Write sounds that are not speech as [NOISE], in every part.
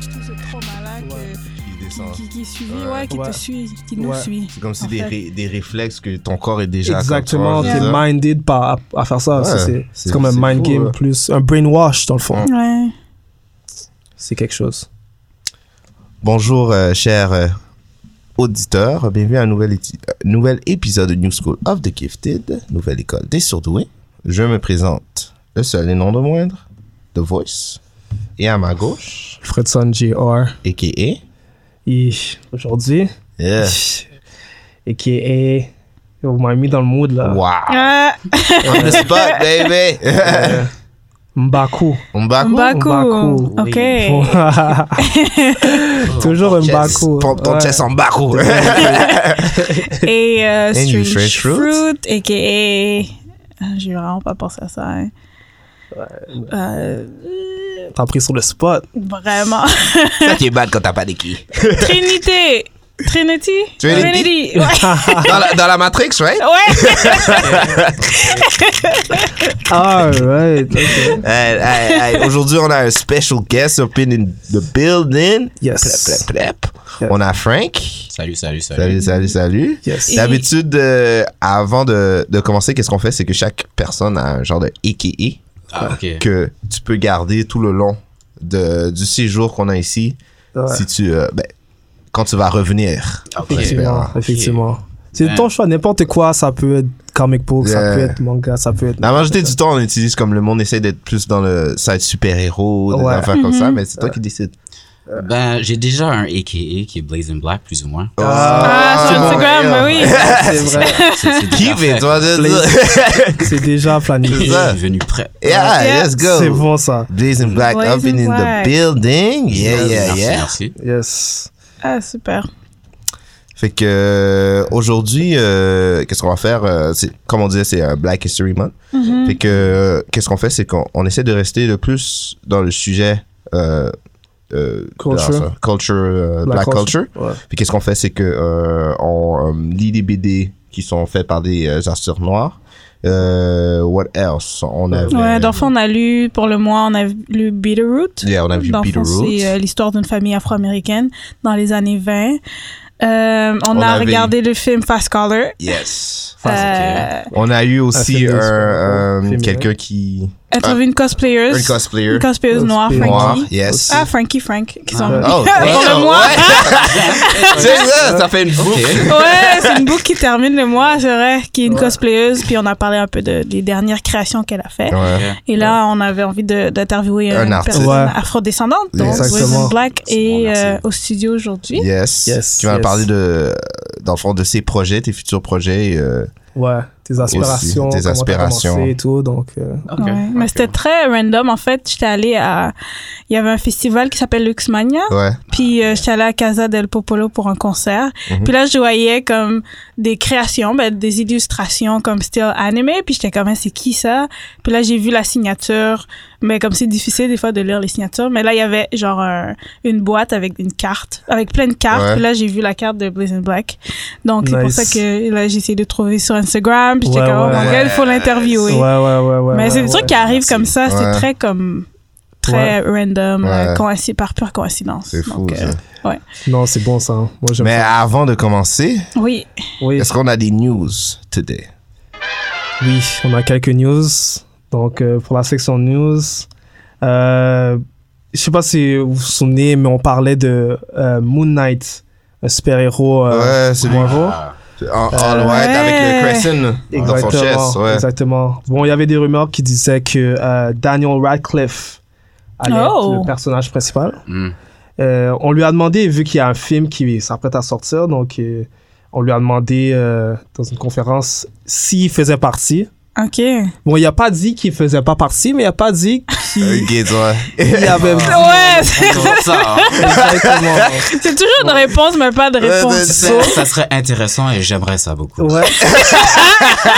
tout ce trauma-là que- qui descend. qui, qui est suivi, ouais, Ouais. qui Ouais. te suit, qui nous Ouais. suit. C'est comme si en des, fait. ré- des réflexes que ton corps est déjà. Exactement, comme t'es tu vois, c'est ça. minded par, à, à faire ça. Ouais, Ça, c'est- c'est- c'est comme un c'est mind fou, euh. game ouais. plus un brainwash dans le fond. Ouais. Ouais. C'est quelque chose. Bonjour, euh, chers euh, auditeurs. Bienvenue à un nouvel, éti- euh, nouvel épisode de New School of the Gifted, nouvelle école des surdoués. Je me présente le seul et non le moindre, The Voice. Et à ma gauche, Fredson Jr. a.k.a. Et aujourd'hui, Yeah. et qui est. Vous m'avez mis dans le mood là. Wow. [LAUGHS] Ah, On the spot, baby. Mbaku. Mbaku. Mbaku. Mbaku, Ah, Ok. Bon. [LAUGHS] [LAUGHS] Toujours Chess- Mbaku. Ton, ton Ouais. chest en [LAUGHS] Mbaku. Et [LAUGHS] euh, And you Strange strange fruit. Fruit, a.k.a. Ah, J'ai vraiment pas pensé à ça. hein. Euh, T'as pris sur le spot. vraiment. ça qui est bad quand t'as pas d'équipe. Trinité. Trinity? Trinity. [LAUGHS] Ouais. dans, la, dans la Matrix, right? [LAUGHS] ouais. [LAUGHS] Alright. ok. Hey, hey, hey, Aujourd'hui, on a un special guest up in the building. Yes. Plep, plep, plep. Yeah. On a Frank. Salut, salut, salut. Salut, salut, salut. Yes. D'habitude, euh, avant de, de commencer, qu'est-ce qu'on fait? C'est que chaque personne a un genre de EKE Ah, ok. que tu peux garder tout le long de, du séjour qu'on a ici. Ouais. Si tu, euh, ben, quand tu vas revenir. Ok. Effectivement, Ok. effectivement. C'est Ben. ton choix, n'importe quoi, ça peut être comic book, ça Yeah. peut être manga, ça peut être... La majorité du temps, on utilise comme le monde essaie d'être plus dans le side super-héros, des Ouais. Mm-hmm. affaires comme ça, mais c'est toi qui décides. Ben, j'ai déjà un AKA qui est Blazing Black, plus ou moins. Ah, sur bon, Instagram, yeah. bah oui. C'est vrai, C'est c'est déjà Keep it, fait. toi, de [LAUGHS] c'est déjà planifié. C'est ça. Je suis venu prêt. [LAUGHS] Yeah, Yeah. let's go. C'est bon ça. Blazing Black up Blazing and in Black. the building. Yeah, yeah, Merci, yeah. merci. Yes. Ah, super. Fait que euh, aujourd'hui, euh, qu'est-ce qu'on va faire? euh, c'est- comme on disait, c'est euh, Black History Month. Mm-hmm. Fait que euh, qu'est-ce qu'on fait? C'est qu'on on essaie de rester le plus dans le sujet euh, euh, de Culture. la- culture, euh, black, culture. Ouais. Puis qu'est-ce qu'on fait, c'est que euh, on euh, lit des BD qui sont faits par des euh, artistes noirs. Euh, what else? On a Ouais, d'enfant, on a lu, pour le mois, on a lu Bitterroot. Yeah, on a vu Dans le Peter fond, Root. C'est euh, l'histoire d'une famille afro-américaine dans les années 20. Euh, on, On a avait- regardé le film Fast Color. Yes. Euh, On a eu aussi film un, de- euh, film, quelqu'un qui. Interview une cosplayer. Un cosplayer. Une cosplayeuse noire, Cosplayer. Noir, Frankie. yes. Ah, Frankie Frank, qui sont Oh, [LAUGHS] pour le damn, mois. ouais. C'est ça, ça fait une boucle. ouais, c'est une boucle qui termine le mois, c'est vrai, qui est une cosplayeuse. Puis on a parlé un peu de, des dernières créations qu'elle a fait. Ouais. Et là, on avait envie de- d'interviewer euh, Un une artiste. personne Ouais. afrodescendante, donc Exactement. Wilson Black, C'est bon, et merci. euh, au studio aujourd'hui. Yes. Yes, Tu m'as yes. parlé de, dans le fond, de ses projets, tes futurs projets. euh, Ouais, tes tes aspirations, comment t'as aspirations. commencé et tout, donc... euh, Ouais, Mais c'était très random en fait. J'étais allée à. Il y avait un festival qui s'appelle Luxmania. ouais. Puis euh, j'étais allée à Casa del Popolo pour un concert. Puis là, je voyais comme des créations, ben, des illustrations comme style animé. Puis j'étais comme, Ah, c'est qui ça? Puis là, j'ai vu la signature. Mais comme c'est difficile des fois de lire les signatures. Mais là, il y avait genre un- une boîte avec une carte, avec plein de cartes. Ouais. Puis là, j'ai vu la carte de Blazing Black. Donc c'est pour Nice. ça que là, j'ai essayé de trouver sur Instagram. Puis j'étais Ouais, comme, oh ouais. mon gars, il faut l'interviewer. Ouais, ouais, ouais, ouais. Mais ouais, c'est des ouais. trucs qui arrivent comme ça, c'est Ouais. très comme très random, Ouais. euh, coïnci- par pure coïncidence. C'est fou. Donc, euh, ça. Non, c'est bon ça. hein. Moi, j'aime Mais ça. avant de commencer, oui, Oui, est-ce qu'on a des news today? oui, on a quelques news. Donc, euh, pour la section news, euh, je sais pas si vous vous souvenez, mais on parlait de euh, Moon Knight, un super-héros euh, ouais, c'est lui. Marvel. En all Euh, white avec ouais. le crescent dans son chest. Ouais. exactement. Bon, il y avait des rumeurs qui disaient que euh, Daniel Radcliffe allait Oh. être le personnage principal. Hmm. Mm. Euh, on lui a demandé, vu qu'il y a un film qui s'apprête à sortir, donc euh, on lui a demandé euh, dans une conférence s'il faisait partie OK. Bon, il a pas dit qu'il faisait pas partie, mais il a pas dit [LAUGHS] qu'il Ok, [LAUGHS] toi. qu'il avait. Ouais, [LAUGHS] c'est Toujours ça, hein. [LAUGHS] Exactement. c'est toujours une réponse, mais pas de réponse. Ça, ça serait intéressant et j'aimerais ça beaucoup. [LAUGHS] Ouais.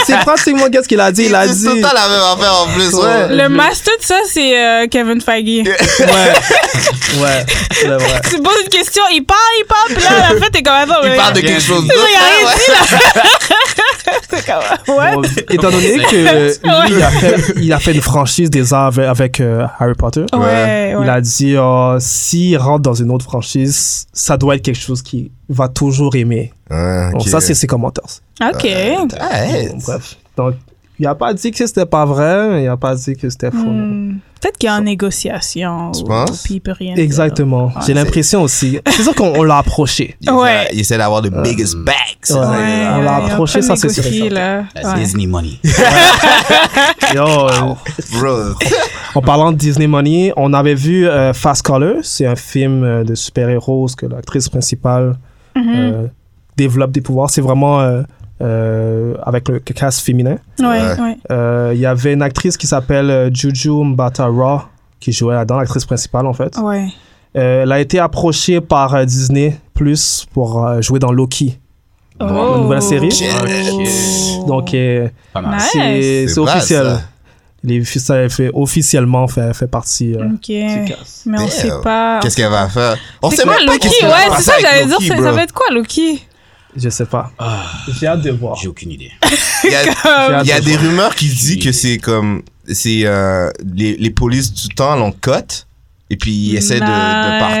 c'est pratiquement qu'est-ce qu'il a dit. Il a C'est dit. tout le temps la même affaire en plus, ouais. Le master de ça, c'est euh, Kevin Feige. Ouais. Ouais. C'est vrai. [LAUGHS] Tu poses une question, il parle, il parle, puis là, à la fin, t'es comme attends, Il ouais. parle de Bien quelque dit. chose [LAUGHS] Il d'autre. a rien hein, ouais. dit, là. [LAUGHS] C'est comme, what? Bon, étant donné que lui, il a, fait, il a fait une franchise des arts avec, avec, euh, Harry Potter. Ouais, ouais. Il a dit, euh, s'il rentre dans une autre franchise, ça doit être quelque chose qu'il va toujours aimer. Ouais, Donc ok. ça, c'est ses commentaires. OK. Ah, hey. Bon, bref. Donc, il a pas dit que c'était pas vrai, il a pas dit que c'était faux. Hmm. Peut-être qu'il est en négociation. Tu ou- penses? Puis il peut rien dire. Exactement. J'ai l'impression aussi. C'est sûr qu'on on l'a approché. Il essaie- Ouais. Euh, Il essaie d'avoir le biggest back. c'est Ouais. ça, il Ouais, est là. on l'a ouais, approché, on ça, peut c'est sûr et négocier, certain. là. That's Ouais. Disney money. Yo, euh, Bro. En parlant de Disney Money, on avait vu euh, Fast Color. C'est un film euh, de super-héros que l'actrice principale Mhm. euh, développe des pouvoirs. C'est vraiment euh, euh, avec le cast féminin. Ouais, ouais. Euh, Il y avait une actrice qui s'appelle euh, Juju Mbata Raw qui jouait là-dedans, l'actrice principale en fait. Ouais. Euh, elle a été approchée par euh, Disney Plus pour euh, jouer dans Loki. Une nouvelle série. Oh. Shit. Donc euh, Pas mal. Nice. c'est C'est c'est vrai, officiel. ça. Les, ça fait officiellement fait, fait partie euh, OK. du cast. Mais on Damn. sait pas. Qu'est-ce qu'elle va faire? On C'est sait quoi même pas Loki? qu'est-ce qu'elle va Ouais, c'est passer ça, avec j'allais dire. Loki, ça- bro. Ça va être quoi, Loki? Je sais pas. Ah, J'ai hâte de voir. J'ai aucune idée. Il y a- J'ai hâte Il y a de des voir. rumeurs qui disent que c'est comme c'est euh, les, les polices du temps l'ont cote et puis ils essaient de, de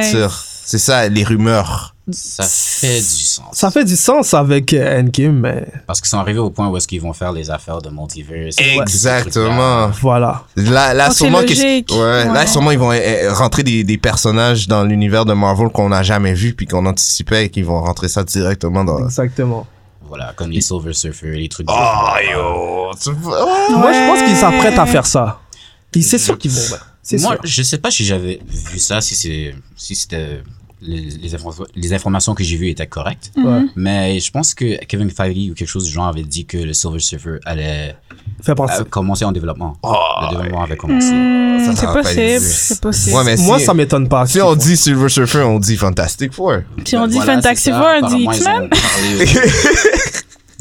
Nice. partir. C'est ça les rumeurs. Ça fait du sens. Ça fait du sens avec euh, Endgame, mais Parce qu'ils sont arrivés au point où est-ce qu'ils vont faire les affaires de multiverse. Exactement. voilà. Là, là Donc, Oh, c'est sûrement que- logique. ouais, Ouais. là sûrement ils vont euh, rentrer des, des personnages dans l'univers de Marvel qu'on n'a jamais vu puis qu'on anticipait et qu'ils vont rentrer ça directement dans Exactement. Voilà, comme les Silver Surfer, les trucs. Oh yo. tu- oh. Moi, je pense qu'ils s'apprêtent à faire ça. Ils- C'est sûr qu'ils vont. ouais. C'est Moi, sûr. je sais pas si j'avais vu ça, si c'est, si c'était les, les infos- les informations que j'ai vues étaient correctes. Ouais. Mais je pense que Kevin Feige ou quelque chose du genre avait dit que le Silver Surfer allait Fait partie. Ah, euh, commencer en développement. Oh, le développement avait commencé. Ah, Ça, Hmm, ça C'est va pas possible. exister. C'est possible. Ouais, mais Moi, ben, si, ça m'étonne pas. si on dit Silver Surfer, on dit Fantastic Four. Si on dit Ben, Voilà, c'est Fantastic ça. Four, on dit Apparemment, ils X-Men. [LAUGHS] ont parlé-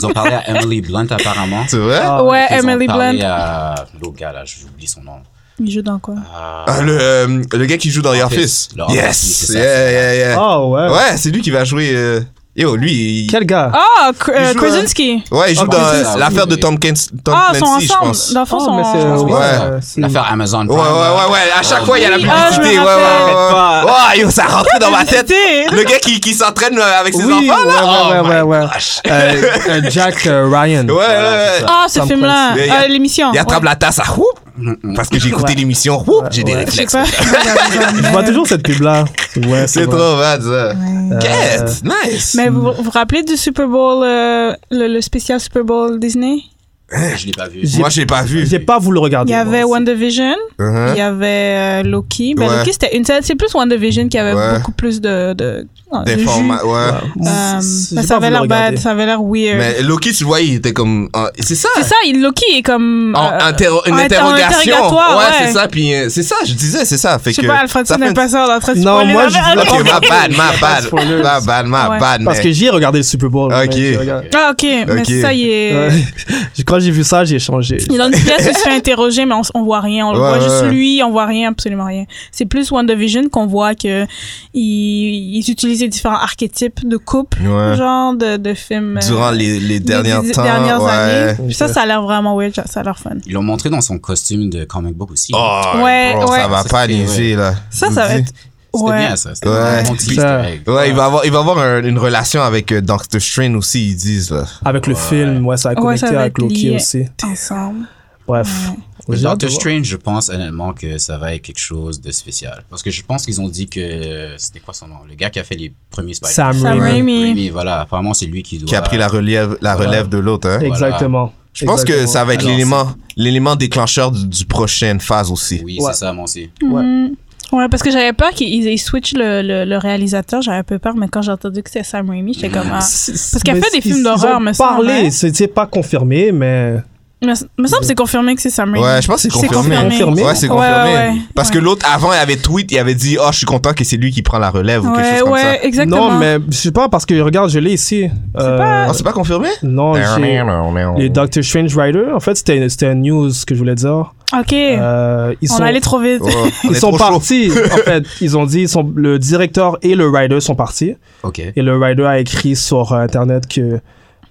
Ils ont parlé à Emily Blunt apparemment. Tu vois? Ah, Ouais, Ils ont Emily parlé euh, Blunt. à l'autre gars là, j'oublie son nom. Il joue dans quoi? Ah, Ah, le, euh, le gars qui joue dans The Office. Office. Ah, Le Office, Yes! c'est ça. Yeah, yeah, yeah. Ah ouais. Ouais, c'est lui qui va jouer. euh, Yo, lui, il... Quel gars Ah, Kr- Il euh, joue Krasinski. ouais, il joue Ah, dans c'est euh, ça, l'affaire de oui. Tom, Clancy, Tom Ah, ils sont Clancy, je ensemble. pense. Dans le fond, Oh, sont mais c'est- ensemble. Ouais. euh, c'est- L'affaire Amazon Ouais, Prime. ouais, là. ouais, ouais. À chaque fois, il y a la oui, bah, ah, je me publicité. ouais, ouais, rappelle. ouais, ouais. Ouais, yo, ça rentrait dans ma tête. Publicité. Le gars qui, qui s'entraîne euh, avec ses Oui, ouais, enfants, là. Oh, ouais, ouais, ouais, ouais. Euh, euh, Jack euh, Ryan. ouais. Ouais, ouais, ouais. Ah, ce euh, Tom film-là. Clancy. Euh, L'émission. Il attrape ouais. la tasse à Whoop. Parce que j'ai écouté l'émission Whoop. J'ai des Ouais. Je sais réflexes. pas. Je vois toujours cette pub là. Ouais, C'est vrai. trop bad, ça. Euh, Get! Nice! Mais vous vous vous rappelez du Super Bowl, euh, le, le spécial Super Bowl Disney? Je l'ai pas vu. J'ai- Moi, j'ai pas vu. J'ai pas voulu regarder. Il y avait moi. WandaVision, Uh-huh. il y avait euh, Loki. Ben, Ouais. Loki, c'était une série. C'est plus WandaVision qui avait Ouais. beaucoup plus de. de, non, de Des jus. formats, ouais. Euh, J'ai mais pas ça avait voulu l'air bad, regarder. ça avait l'air weird. Mais Loki, tu vois, il était comme. euh, c'est ça! C'est ça, il- Loki est comme. En euh, interro- une en- en interrogation. interrogatoire, ouais, ouais. c'est ça. Puis euh, c'est ça, je disais, c'est ça. Fait je sais que pas, Alfred, ça fait n'est une- pas ça, on est en train de Non, spoiler moi, la je- merde. Ok, ma bad, ma Pas de bad, spoilers. ma bad, ma Ouais. bad. Parce que mais- j'ai regardé le Super Bowl. mais Ok. j'ai regardé. Ah, ok, mais Ok. ça, il est. Ouais. [LAUGHS] Quand j'ai vu ça, j'ai changé. Il est dans une pièce où il [LAUGHS] se fait interroger, mais on, s- on voit rien. On le Ouais, voit ouais, juste ouais. lui, on voit rien, absolument rien. C'est plus WandaVision qu'on voit que ils, ils utilisent les différents archétypes de couple, Ouais. genre de, de films. euh, durant les, les derniers dix- temps, dernières ouais. années. Puis ça, Ok. ça a l'air vraiment weird, ça- ça a l'air fun. Ils l'ont montré dans son costume de comic book aussi. Oh, Ouais, bro, ouais. ça va Ça, pas c'était- niaiser, là. Ça, ça va être. C'était Ouais. bien ça. C'était Ouais. un bon petit Ça- easter egg. Ouais, il va avoir, il va avoir un- une relation avec euh, Doctor Strange aussi, ils disent, là. Avec le film, ouais, ça a Ouais, connecté ça va avec être Loki lié. aussi. ensemble. Bref. Mais J'ai hâte de Doctor voir. Strange, je pense honnêtement que ça va être quelque chose de spécial. Parce que je pense qu'ils ont dit que. euh, C'était quoi son nom Le gars qui a fait les premiers Spider-Man. Sam Sam Raimi. Raimi. Raimi, voilà. Apparemment, c'est lui qui doit. Qui a pris la relève, la relève de l'autre, hein. Exactement. Je pense que Exactement. ça va être Alors, l'élément, l'élément déclencheur du, du prochaine phase aussi. Oui, Ouais. c'est ça, moi aussi. Ouais. Mhm. Ouais, parce que j'avais peur qu'ils ils- ils switchent le, le, le réalisateur, j'avais un peu peur, mais quand j'ai entendu que c'était Sam Raimi, j'étais comme. ah. Parce qu'elle fait des films d'horreur, me mais semble, parlé, hein. c'était pas confirmé, mais Mais, me semble que c'est confirmé que c'est Sam Raimi. Ouais, je pense que c'est C'est confirmé. confirmé. Ouais, c'est Ouais, confirmé. ouais, ouais. Parce que l'autre, avant, il avait tweet, il avait dit « Oh, je suis content que c'est lui qui prend la relève ou quelque ouais, chose comme ouais, ça. exactement. Non, mais je sais pas, parce que regarde, je l'ai ici. Euh, Oh, c'est pas confirmé? Non, j'ai... Les Doctor Strange Rider, en fait, c'était c'était un news que je voulais dire. Ok, Euh, ils Eh, on sont, allait trop vite. Ouais, Oh, on ils est sont trop chaud. [LAUGHS] partis. en fait, ils ont dit, ils sont, le directeur et le writer sont partis. Ok. Et le writer a écrit sur euh, Internet que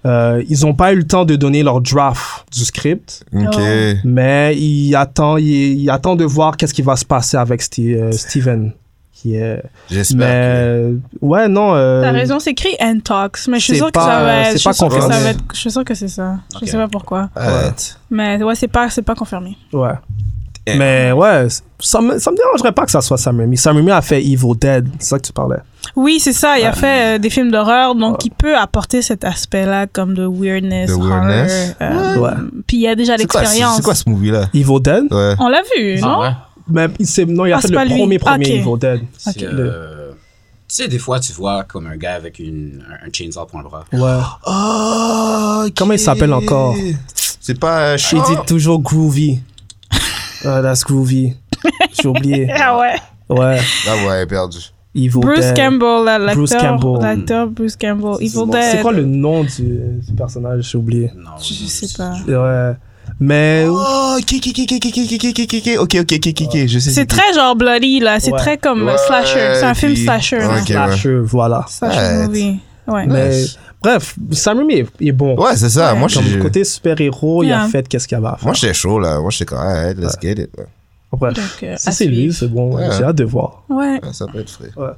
euh, ils n'ont pas eu le temps de donner leur draft du script, Oh. Ok. mais ils attendent, ils, ils attendent de voir qu'est-ce qui va se passer avec Sti- euh, Steven. Qui est... J'espère Mais ouais, non. euh, T'as raison, c'est écrit and talks, mais je suis c'est sûre que pas- ça va c'est être. Je suis pas sûre que ça euh, confirmé. va être- je suis sûre que c'est ça. Ok. Je sais pas pourquoi. que... Arrête. Mais ouais, c'est pas, c'est pas confirmé. Ouais. Eh. Mais ouais, c- ça me, ça me dérangerait pas que ça soit Sam Raimi. Sam Raimi a fait Evil Dead, c'est ça que tu parlais. Oui, c'est ça. Il a fait euh, des films d'horreur, donc il peut apporter cet aspect-là comme de weirdness, De weirdness. horror. euh, Ouais. Puis il y a déjà C'est quoi, l'expérience. c'est quoi ce movie-là? Evil Dead Ouais. On l'a vu, non mais il, s'est- Non, il a Ah, fait c'est le pas lui. premier, premier Ok. Evil Dead. C'est, Ah, Ok. euh, Tu sais, des fois, tu vois comme un gars avec une, un, un chainsaw pour un bras. [GASPS] Ouais. Oh, Comment il s'appelle encore? C'est pas... euh, Il Shaw? dit toujours [LAUGHS] groovy. Ah, that's groovy. J'ai oublié. Ah ouais. Ouais. Ah ouais, perdu. Evil Bruce Dead. Campbell, la- Bruce l'acteur. Campbell. L'acteur Bruce Campbell. Evil Dead. C'est quoi le nom du, du personnage? J'ai oublié. Non. Je sais pas. Ouais. Mais. Oh, ok, ok, ok, ok, ok, ok, ok, ok, ok, ok, ok, ok, ok, je sais. C'est très genre bloody, là. C'est Ouais. très comme euh, Ouais, slasher. C'est un film puis- slasher, là. Ok, ouais. Slasher, voilà. Slasher Ouais. movie. Ouais. Mais. Nice. Bref, Sam Raimi est, est bon. Ouais, c'est ça. Ouais. Moi, Comme j'ai. côté super-héros, il a Yeah. fait qu'est-ce qu'il y avait à faire. Moi, j'étais chaud, là. Moi, j'étais comme, alright, let's get it. Ouais, Bref. Donc, euh, Si à c'est lui, suivre. c'est bon. Ouais. J'ai hâte de voir. Ouais. Ça peut être frais. Ouais.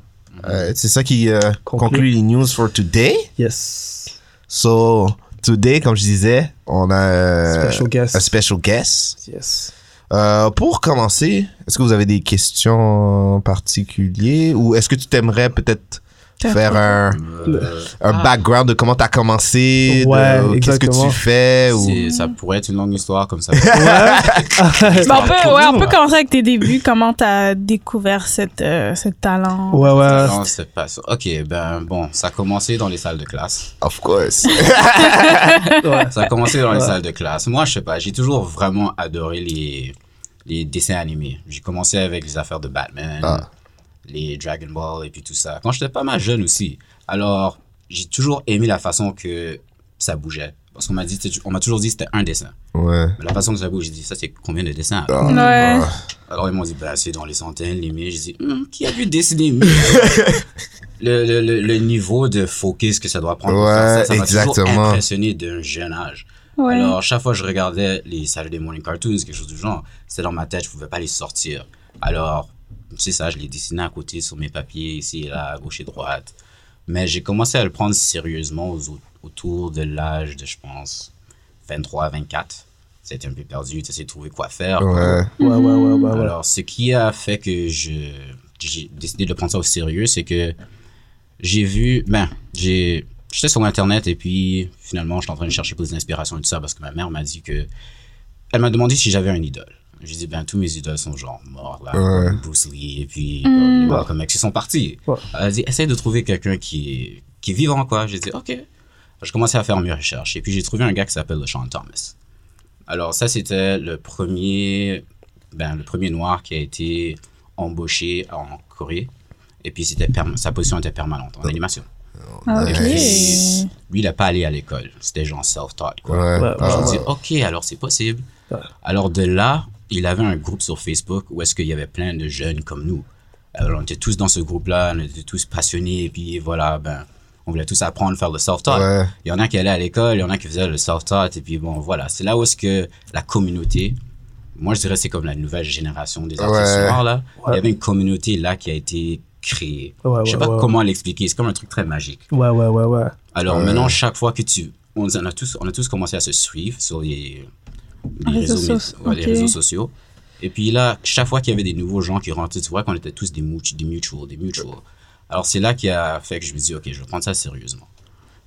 Alright, c'est ça qui euh, Conclut. conclut les news for today. Yes. So, today, comme je disais, on a euh, Special guest. un special guest. Yes. Euh, pour commencer, est-ce que vous avez des questions particulières ou est-ce que tu t'aimerais peut-être Faire faire un, Euh, un background de comment t'as commencé, de Ouais, qu'est-ce que exactement. tu fais ou... c'est- ça pourrait être une longue histoire [LAUGHS] comme ça. Bah, on, peut, ouais, on hein. peut commencer avec tes débuts. Comment t'as découvert cette, euh, ce talent? Ouais, ouais. non, c'est pas ça. Ok, ben bon, ça a commencé dans les salles de classe. Of course. Ouais. Ben, Ça a commencé dans les Ouais. salles de classe. Moi, je sais pas, j'ai toujours vraiment adoré les, les dessins animés. J'ai commencé avec les affaires de Batman, Ah. les Dragon Ball et puis tout ça. Quand j'étais pas mal jeune aussi. Alors, j'ai toujours aimé la façon que ça bougeait. Parce qu'on m'a dit, c'était- on m'a toujours dit que c'était un dessin. ouais. Mais la façon que ça bouge, j'ai dit, ça c'est combien de dessins Ah, Ouais. bah. Alors ils m'ont dit, bah, c'est dans les centaines, les milliers. J'ai dit, Hum, qui a dû dessiner mille? le, le, le, le niveau de focus que ça doit prendre, pour Ouais, faire ça, ça m'a toujours exactement. impressionné d'un jeune âge. Ouais. Alors, chaque fois que je regardais les Saturday Morning Cartoons, quelque chose du genre, c'était dans ma tête, je pouvais pas les sortir. Alors, c'est ça, je les dessinais à côté sur mes papiers, ici et là, à gauche et droite. Mais j'ai commencé à le prendre sérieusement aux- autour de l'âge de, je pense, 23 24. C'était un peu perdu, tu essaies de trouver quoi faire. Ouais. Ouais, ouais, ouais, ouais, ouais. Alors, ce qui a fait que je j'ai décidé de prendre ça au sérieux, c'est que j'ai vu, ben, j'ai j'étais sur internet et puis finalement, j'étais en train de chercher pour des inspirations et tout ça parce que ma mère m'a dit que elle m'a demandé si j'avais un idole. J'ai dit ben tous mes idoles sont genre morts là, Ouais. comme Bruce Lee et puis comme les Malcolm X, ils sont partis. Ouais. Elle a dit essaye de trouver quelqu'un qui est qui est vivant quoi. J'ai dit ok. Je commençais à faire mes recherches et puis j'ai trouvé un gars qui s'appelle Sean Thomas. Alors ça c'était le premier ben, le premier noir qui a été embauché en Corée. Et puis c'était perm- sa position était permanente en animation. Ah, ok. Et lui, il n'a pas allé à l'école. C'était genre self-taught. Quoi. Ouais. Ouais, Ah, Je me dis, ok, alors c'est possible. Alors de là, il avait un groupe sur Facebook où est-ce qu'il y avait plein de jeunes comme nous. Alors on était tous dans ce groupe-là, on était tous passionnés. Et puis voilà, ben, on voulait tous apprendre à faire le self-taught. Ouais. Il y en a qui allaient à l'école, il y en a qui faisaient le self-taught, et puis bon, voilà. C'est là où est-ce que la communauté, moi je dirais c'est comme la nouvelle génération des artistes Ouais. noirs, là. Il y avait une communauté là qui a été créée. Ouais, je sais ouais, pas ouais, comment l'expliquer, c'est comme un truc très magique. Ouais, ouais, ouais, ouais. Alors maintenant, chaque fois que tu... On, on a tous, on a tous commencé à se suivre sur les, les Réseaux réseaux, soc- ouais, les ok. réseaux sociaux. Et puis là, chaque fois qu'il y avait des nouveaux gens qui rentraient, tu vois qu'on était tous des, mutu- des mutuals, des mutuals. Alors c'est là qui a fait que je me dis, ok, je vais prendre ça sérieusement.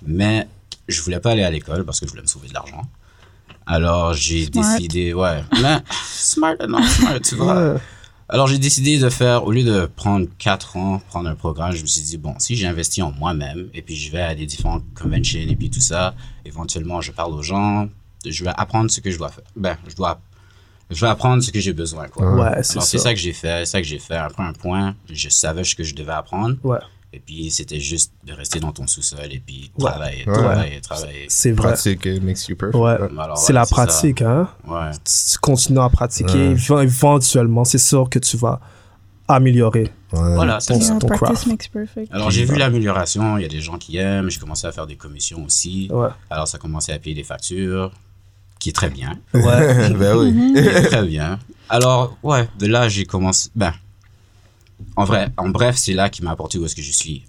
Mais je voulais pas aller à l'école parce que je voulais me sauver de l'argent. Alors j'ai Smart. décidé, ouais, mais smart, non, smart, tu vois. Ouais. Alors j'ai décidé de faire, au lieu de prendre 4 ans, prendre un programme, je me suis dit, bon, si j'investis en moi-même, et puis je vais à des différentes conventions, et puis tout ça, éventuellement je parle aux gens, je vais apprendre ce que je dois faire. Ben, je dois, je vais apprendre ce que j'ai besoin, quoi. Ouais, c'est Alors, c'est ça. ça que j'ai fait, c'est ça que j'ai fait. Après un point, je savais ce que je devais apprendre. Ouais, Et puis, c'était juste de rester dans ton sous-sol et puis Ouais. travailler, Ouais. travailler, travailler. c'est vrai. Pratique euh, makes you perfect. Ouais. Alors, C'est Ah ouais, la ça. pratique, hein. Ouais. Tu continues à pratiquer. Ouais. éve- Éventuellement, c'est sûr que tu vas améliorer. Ouais. Voilà, c'est Ton- ça. Yeah, ton practice craft. makes perfect. Alors, j'ai vu l'amélioration. Il y a des gens qui aiment. J'ai commencé à faire des commissions aussi. Ouais. Alors, ça commençait à payer des factures, qui est très bien. [LAUGHS] [LAUGHS] [LAUGHS] Ouais. ben oui. Qui est très bien. Alors, ouais, de là, j'ai commencé. Ben, en vrai, en bref, c'est là qui m'a apporté où est-ce que je suis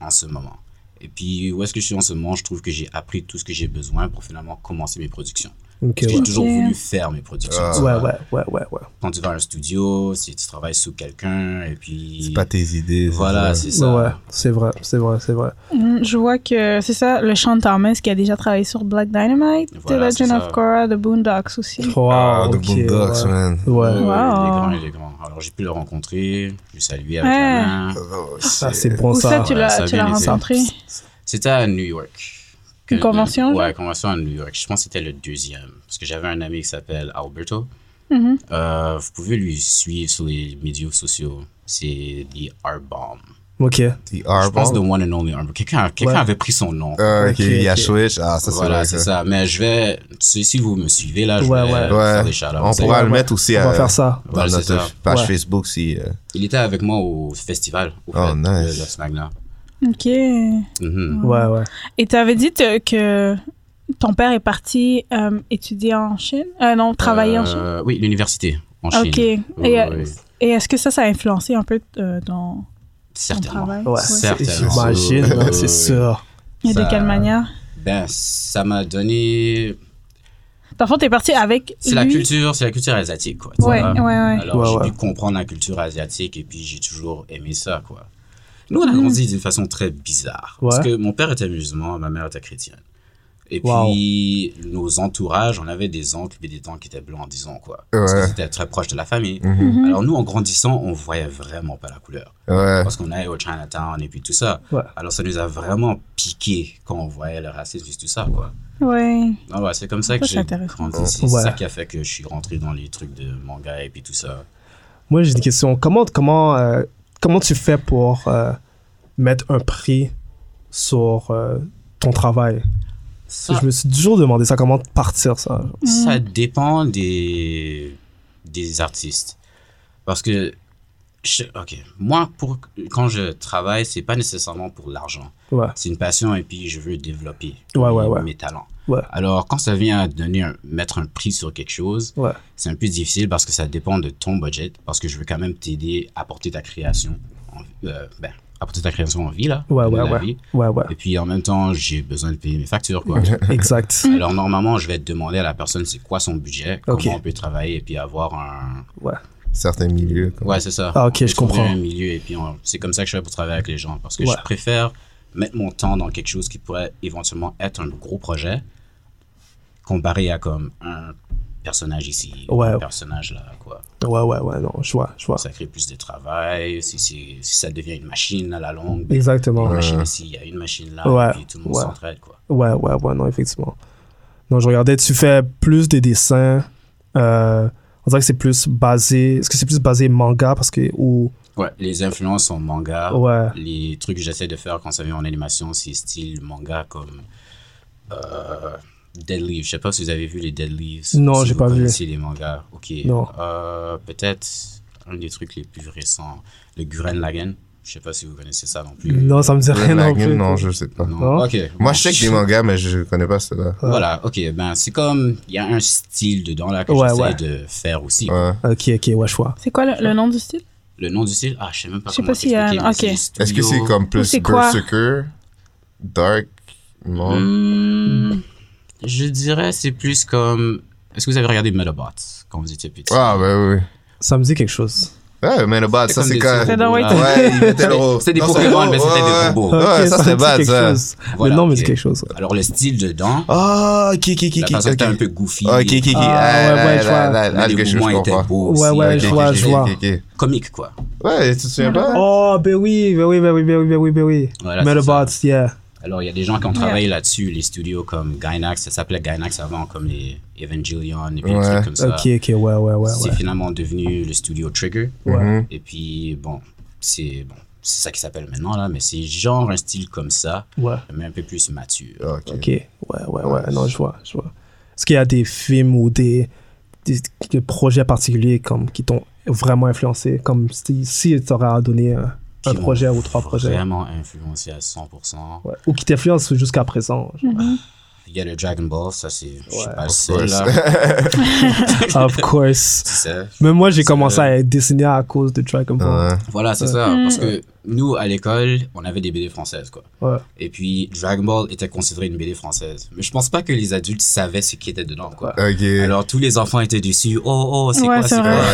en ce moment. Et puis, où est-ce que je suis en ce moment, je trouve que j'ai appris tout ce que j'ai besoin pour finalement commencer mes productions. Ok, Parce que ouais. j'ai toujours Ok. voulu faire mes productions. Ah. tu Ouais, vois. ouais, ouais, ouais, ouais. Quand tu vas à un studio, si tu travailles sous quelqu'un, et puis. C'est pas tes idées. c'est Voilà, ça. c'est ça. Ouais, c'est vrai, c'est vrai, c'est vrai. Mm, Je vois que c'est ça, le Sean Thomas qui a déjà travaillé sur Black Dynamite, Voilà, The c'est Legend ça. of Korra, The Boondocks aussi. Wow, Ah, The ok, Boondocks, ouais. Ah, man. Ouais, Ouais. ouais, Il est Wow. grand, il est grand. Alors, j'ai pu le rencontrer, je l'ai salué avec Ouais. la main. Oh, Ça, c'est bon, Où ça, ça. tu ouais, euh, ça l'as a tu bien l'as été. rencontré? C'était à New York. Une convention, Ouais, genre? convention à New York. Je pense que c'était le deuxième. Parce que j'avais un ami qui s'appelle Alberto. Mhm. Euh, vous pouvez lui suivre sur les médias sociaux. C'est The R-Bomb. Ok. The Je pense The Arbor. One and Only R-Bomb. Quelqu'un quelqu'un Ouais. avait pris son nom. Ah, ok, Ok, il y a ok. Switch. Ah, ça, c'est voilà, vrai, c'est ça. Mais je vais. Si si vous me suivez là, je Ouais, vais ouais. faire Ouais. des shout On pourra le mettre aussi On à, va faire ça. dans Voilà, c'est notre ça. page Ouais. Facebook si. euh, Il était avec moi au festival. Au Oh, fait, nice. de Lost Magna. Ok. Mhm. Ouais, ouais. Et tu avais dit te- que ton père est parti euh, étudier en Chine? Euh, non, travailler en Chine? Euh, Oui, l'université en Chine. Ok. Et, Oui, euh, oui, oui. et est-ce que ça, ça a influencé un peu euh, ton, ton Certainement. travail? Ouais, Certains. j'imagine, Ouais, hein, ouais, c'est ouais. sûr. Et de Ça- quelle manière? Ben, ça m'a donné. Dans le fond, t'es parti avec C'est la lui? culture, c'est la culture asiatique, quoi. tu Ouais, vois. ouais, ouais. Alors, Ouais, j'ai ouais. pu comprendre la culture asiatique et puis j'ai toujours aimé ça, quoi. Nous, on a grandi Mm. d'une façon très bizarre. Ouais. Parce que mon père était musulman, ma mère était chrétienne. Et Wow. puis, nos entourages, on avait des oncles et des tantes qui étaient blancs, disons, quoi. Parce Ouais. que c'était très proche de la famille. Mm-hmm. Mhm. Mm-hmm. Alors, nous, en grandissant, on voyait vraiment pas la couleur. Ouais. Parce qu'on allait au Chinatown et puis tout ça. Ouais. Alors, ça nous a vraiment piqué quand on voyait le racisme et tout ça, quoi. Ouais. Ah ouais, c'est comme ça que Ça, c'est j'ai intéressant. grandi. C'est Ouais. ça qui a fait que je suis rentré dans les trucs de manga et puis tout ça. Moi, j'ai une question. Comment, comment, euh, comment tu fais pour euh, mettre un prix sur euh, ton travail Ça, Ah. Je me suis toujours demandé ça, comment partir ça. ça dépend des, des artistes. Parce que, je- ok, moi, pour, quand je travaille, c'est pas nécessairement pour l'argent. Ouais, C'est une passion et puis je veux développer Ouais, ouais, mes- ouais. mes talents. ouais, Alors, quand ça vient à donner un- mettre un prix sur quelque chose, ouais. c'est un peu difficile parce que ça dépend de ton budget, parce que je veux quand même t'aider à porter ta création en, euh, ben, apporter ta création en vie, là. Ouais, de ouais, la ouais. vie. [LAUGHS] Ouais, ouais. Et puis, en même temps, j'ai besoin de payer mes factures, quoi. Exact. [LAUGHS] Alors, normalement, je vais demander à la personne c'est quoi son budget, comment Ok. on peut travailler et puis avoir un... Ouais. Certains milieux. quoi. Ouais, c'est ça. Ah, ok, On peut je comprends. trouver un milieu et puis on- c'est comme ça que je fais pour travailler avec les gens parce que Ouais. je préfère mettre mon temps dans quelque chose qui pourrait éventuellement être un gros projet comparé à comme un personnage ici, ou Ouais. un personnage là, quoi. Ouais, ouais, ouais, non, je vois, je vois. ça crée plus de travail, si, si, si ça devient une machine à la longue, ben, il y a Exactement. une machine ici, il y a une machine là, Ouais, et puis tout le monde ouais. s'entraide, quoi. Ouais, ouais, ouais, non, effectivement. Non, je regardais, tu fais plus des dessins. euh, on dirait que c'est plus basé. Est-ce que c'est plus basé manga parce que. Ou, Ouais, les influences sont manga. ouais, Les trucs que j'essaie de faire quand ça vient en animation, c'est style manga comme euh, Dead Leaves. Je sais pas si vous avez vu les Dead Leaves. Non, si j'ai vous pas vu. connaissez les mangas. Ok. Non. Euh, Peut-être un des trucs les plus récents, le Guren Lagann. Je sais pas si vous connaissez ça non plus. Non, ça me dit Red rien non Lagoon, plus. non, je sais pas. Non. Non. Ok. Moi, Bon. je sais que des mangas, mais je connais pas cela. Voilà, ok, ben c'est comme, il y a un style dedans là que Ouais, j'essaie ouais. de faire aussi. Ouais. euh, Ok, ok, ouais, je vois. C'est quoi le, le nom du style? Le nom du style, ah, je sais même pas Je sais comment pas s'il y a- t'expliquer, mais ok. c'est studio- Est-ce que c'est comme plus c'est quoi? Berserker, Dark, non? Hmm, je dirais c'est plus comme, est-ce que vous avez regardé Metabot quand vous étiez petit? Ah, ben oui. Ça me dit quelque chose. Ouais, mais le bad, ça c'est des quand. petits C'est dans robots, White là. Ouais, Tiger. il [LAUGHS] mettait le rose. C'était des Non, Pokémon, mais ouais, c'était ouais. des robots. Ouais, Ok, ça me c'est hein. dit bad, quelque ça. chose. Voilà, le nom me ok. dit quelque chose. Alors le style dedans, Ah, qui, qui, qui, la qui. façon ok. était un peu goofy, Ah, Ok, qui, qui. Ah, Ah, ouais, ouais, je vois. là, mais là, les quelque chose, mouvements je étaient comprends. beaux Ouais, aussi, ouais, ok, je ok, vois, ok. je vois. Ok, ok. Comique quoi. Ouais, tu te souviens Mais le pas? bad. Oh, ben oui, ben oui, ben oui, ben oui, ben oui, ben oui. Voilà, c'est Metabots, yeah. Alors, il y a des gens qui ont travaillé là-dessus, les studios comme Gainax, ça s'appelait Gainax avant, comme les Evangelion et puis des Ouais. trucs comme ça. Ok, ok, ouais, ouais, ouais. ouais. C'est finalement devenu le studio Trigger. Mhm. Et puis, bon, c'est bon, c'est ça qui s'appelle maintenant, là, mais c'est genre un style comme ça, Ouais. mais un peu plus mature. Ok. Ok, ouais, ouais, ouais, non, je vois, je vois. Est-ce qu'il y a des films ou des, des, des projets particuliers comme, qui t'ont vraiment influencé Comme si, si tu aurais à donner un, un Qui m'ont projet ou trois projets. Vraiment influencé à 100%. Ouais. Ou qui t'influencent jusqu'à [LAUGHS] présent. genre. Il y a le Dragon Ball, ça, c'est. Je suis Ouais. pas le Of seul, course. là. of course. C'est ça. Euh, Même moi, j'ai commencé le- à être dessiné à cause de Dragon [LAUGHS] Ball. Ouais. Voilà, c'est ça. Mm. Parce que nous, à l'école, on avait des BD françaises, quoi. Ouais. Et puis, Dragon Ball était considéré une BD française. Mais je pense pas que les adultes savaient ce qui était dedans, quoi. Ok. Alors, tous les enfants étaient déçus. Oh, oh, c'est Ouais, quoi, c'est c'est vrai. quoi?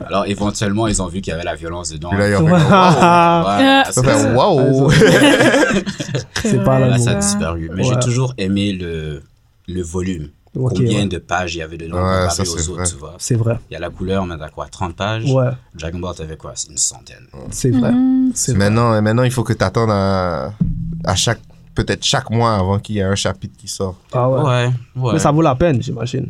[LAUGHS] Euh, Alors, éventuellement, ils ont vu qu'il y avait la violence dedans. Oh, puis là, il y a Ah, Voilà, Euh, c'est Enfin, ça. waouh! [LAUGHS] [LAUGHS] C'est pas vrai, la Là, même. ça a ça. disparu. Mais j'ai Ouais. toujours aimé le, le volume. Ok, Combien ouais. de pages il y avait dedans Ouais, comparé ça, aux c'est autres, vrai. tu vois. C'est vrai. Il y a la couleur, mais t'as quoi, 30 pages Ouais, Dragon Ball, t'avais quoi C'est une centaine. c'est vrai. Mm-hmm. Mm. C'est vrai. Maintenant, euh, maintenant, il faut que tu attendes à, à chaque, peut-être chaque mois avant qu'il y ait un chapitre qui sort. Ah ouais. Ouais, ouais. Mais ça vaut la peine, j'imagine.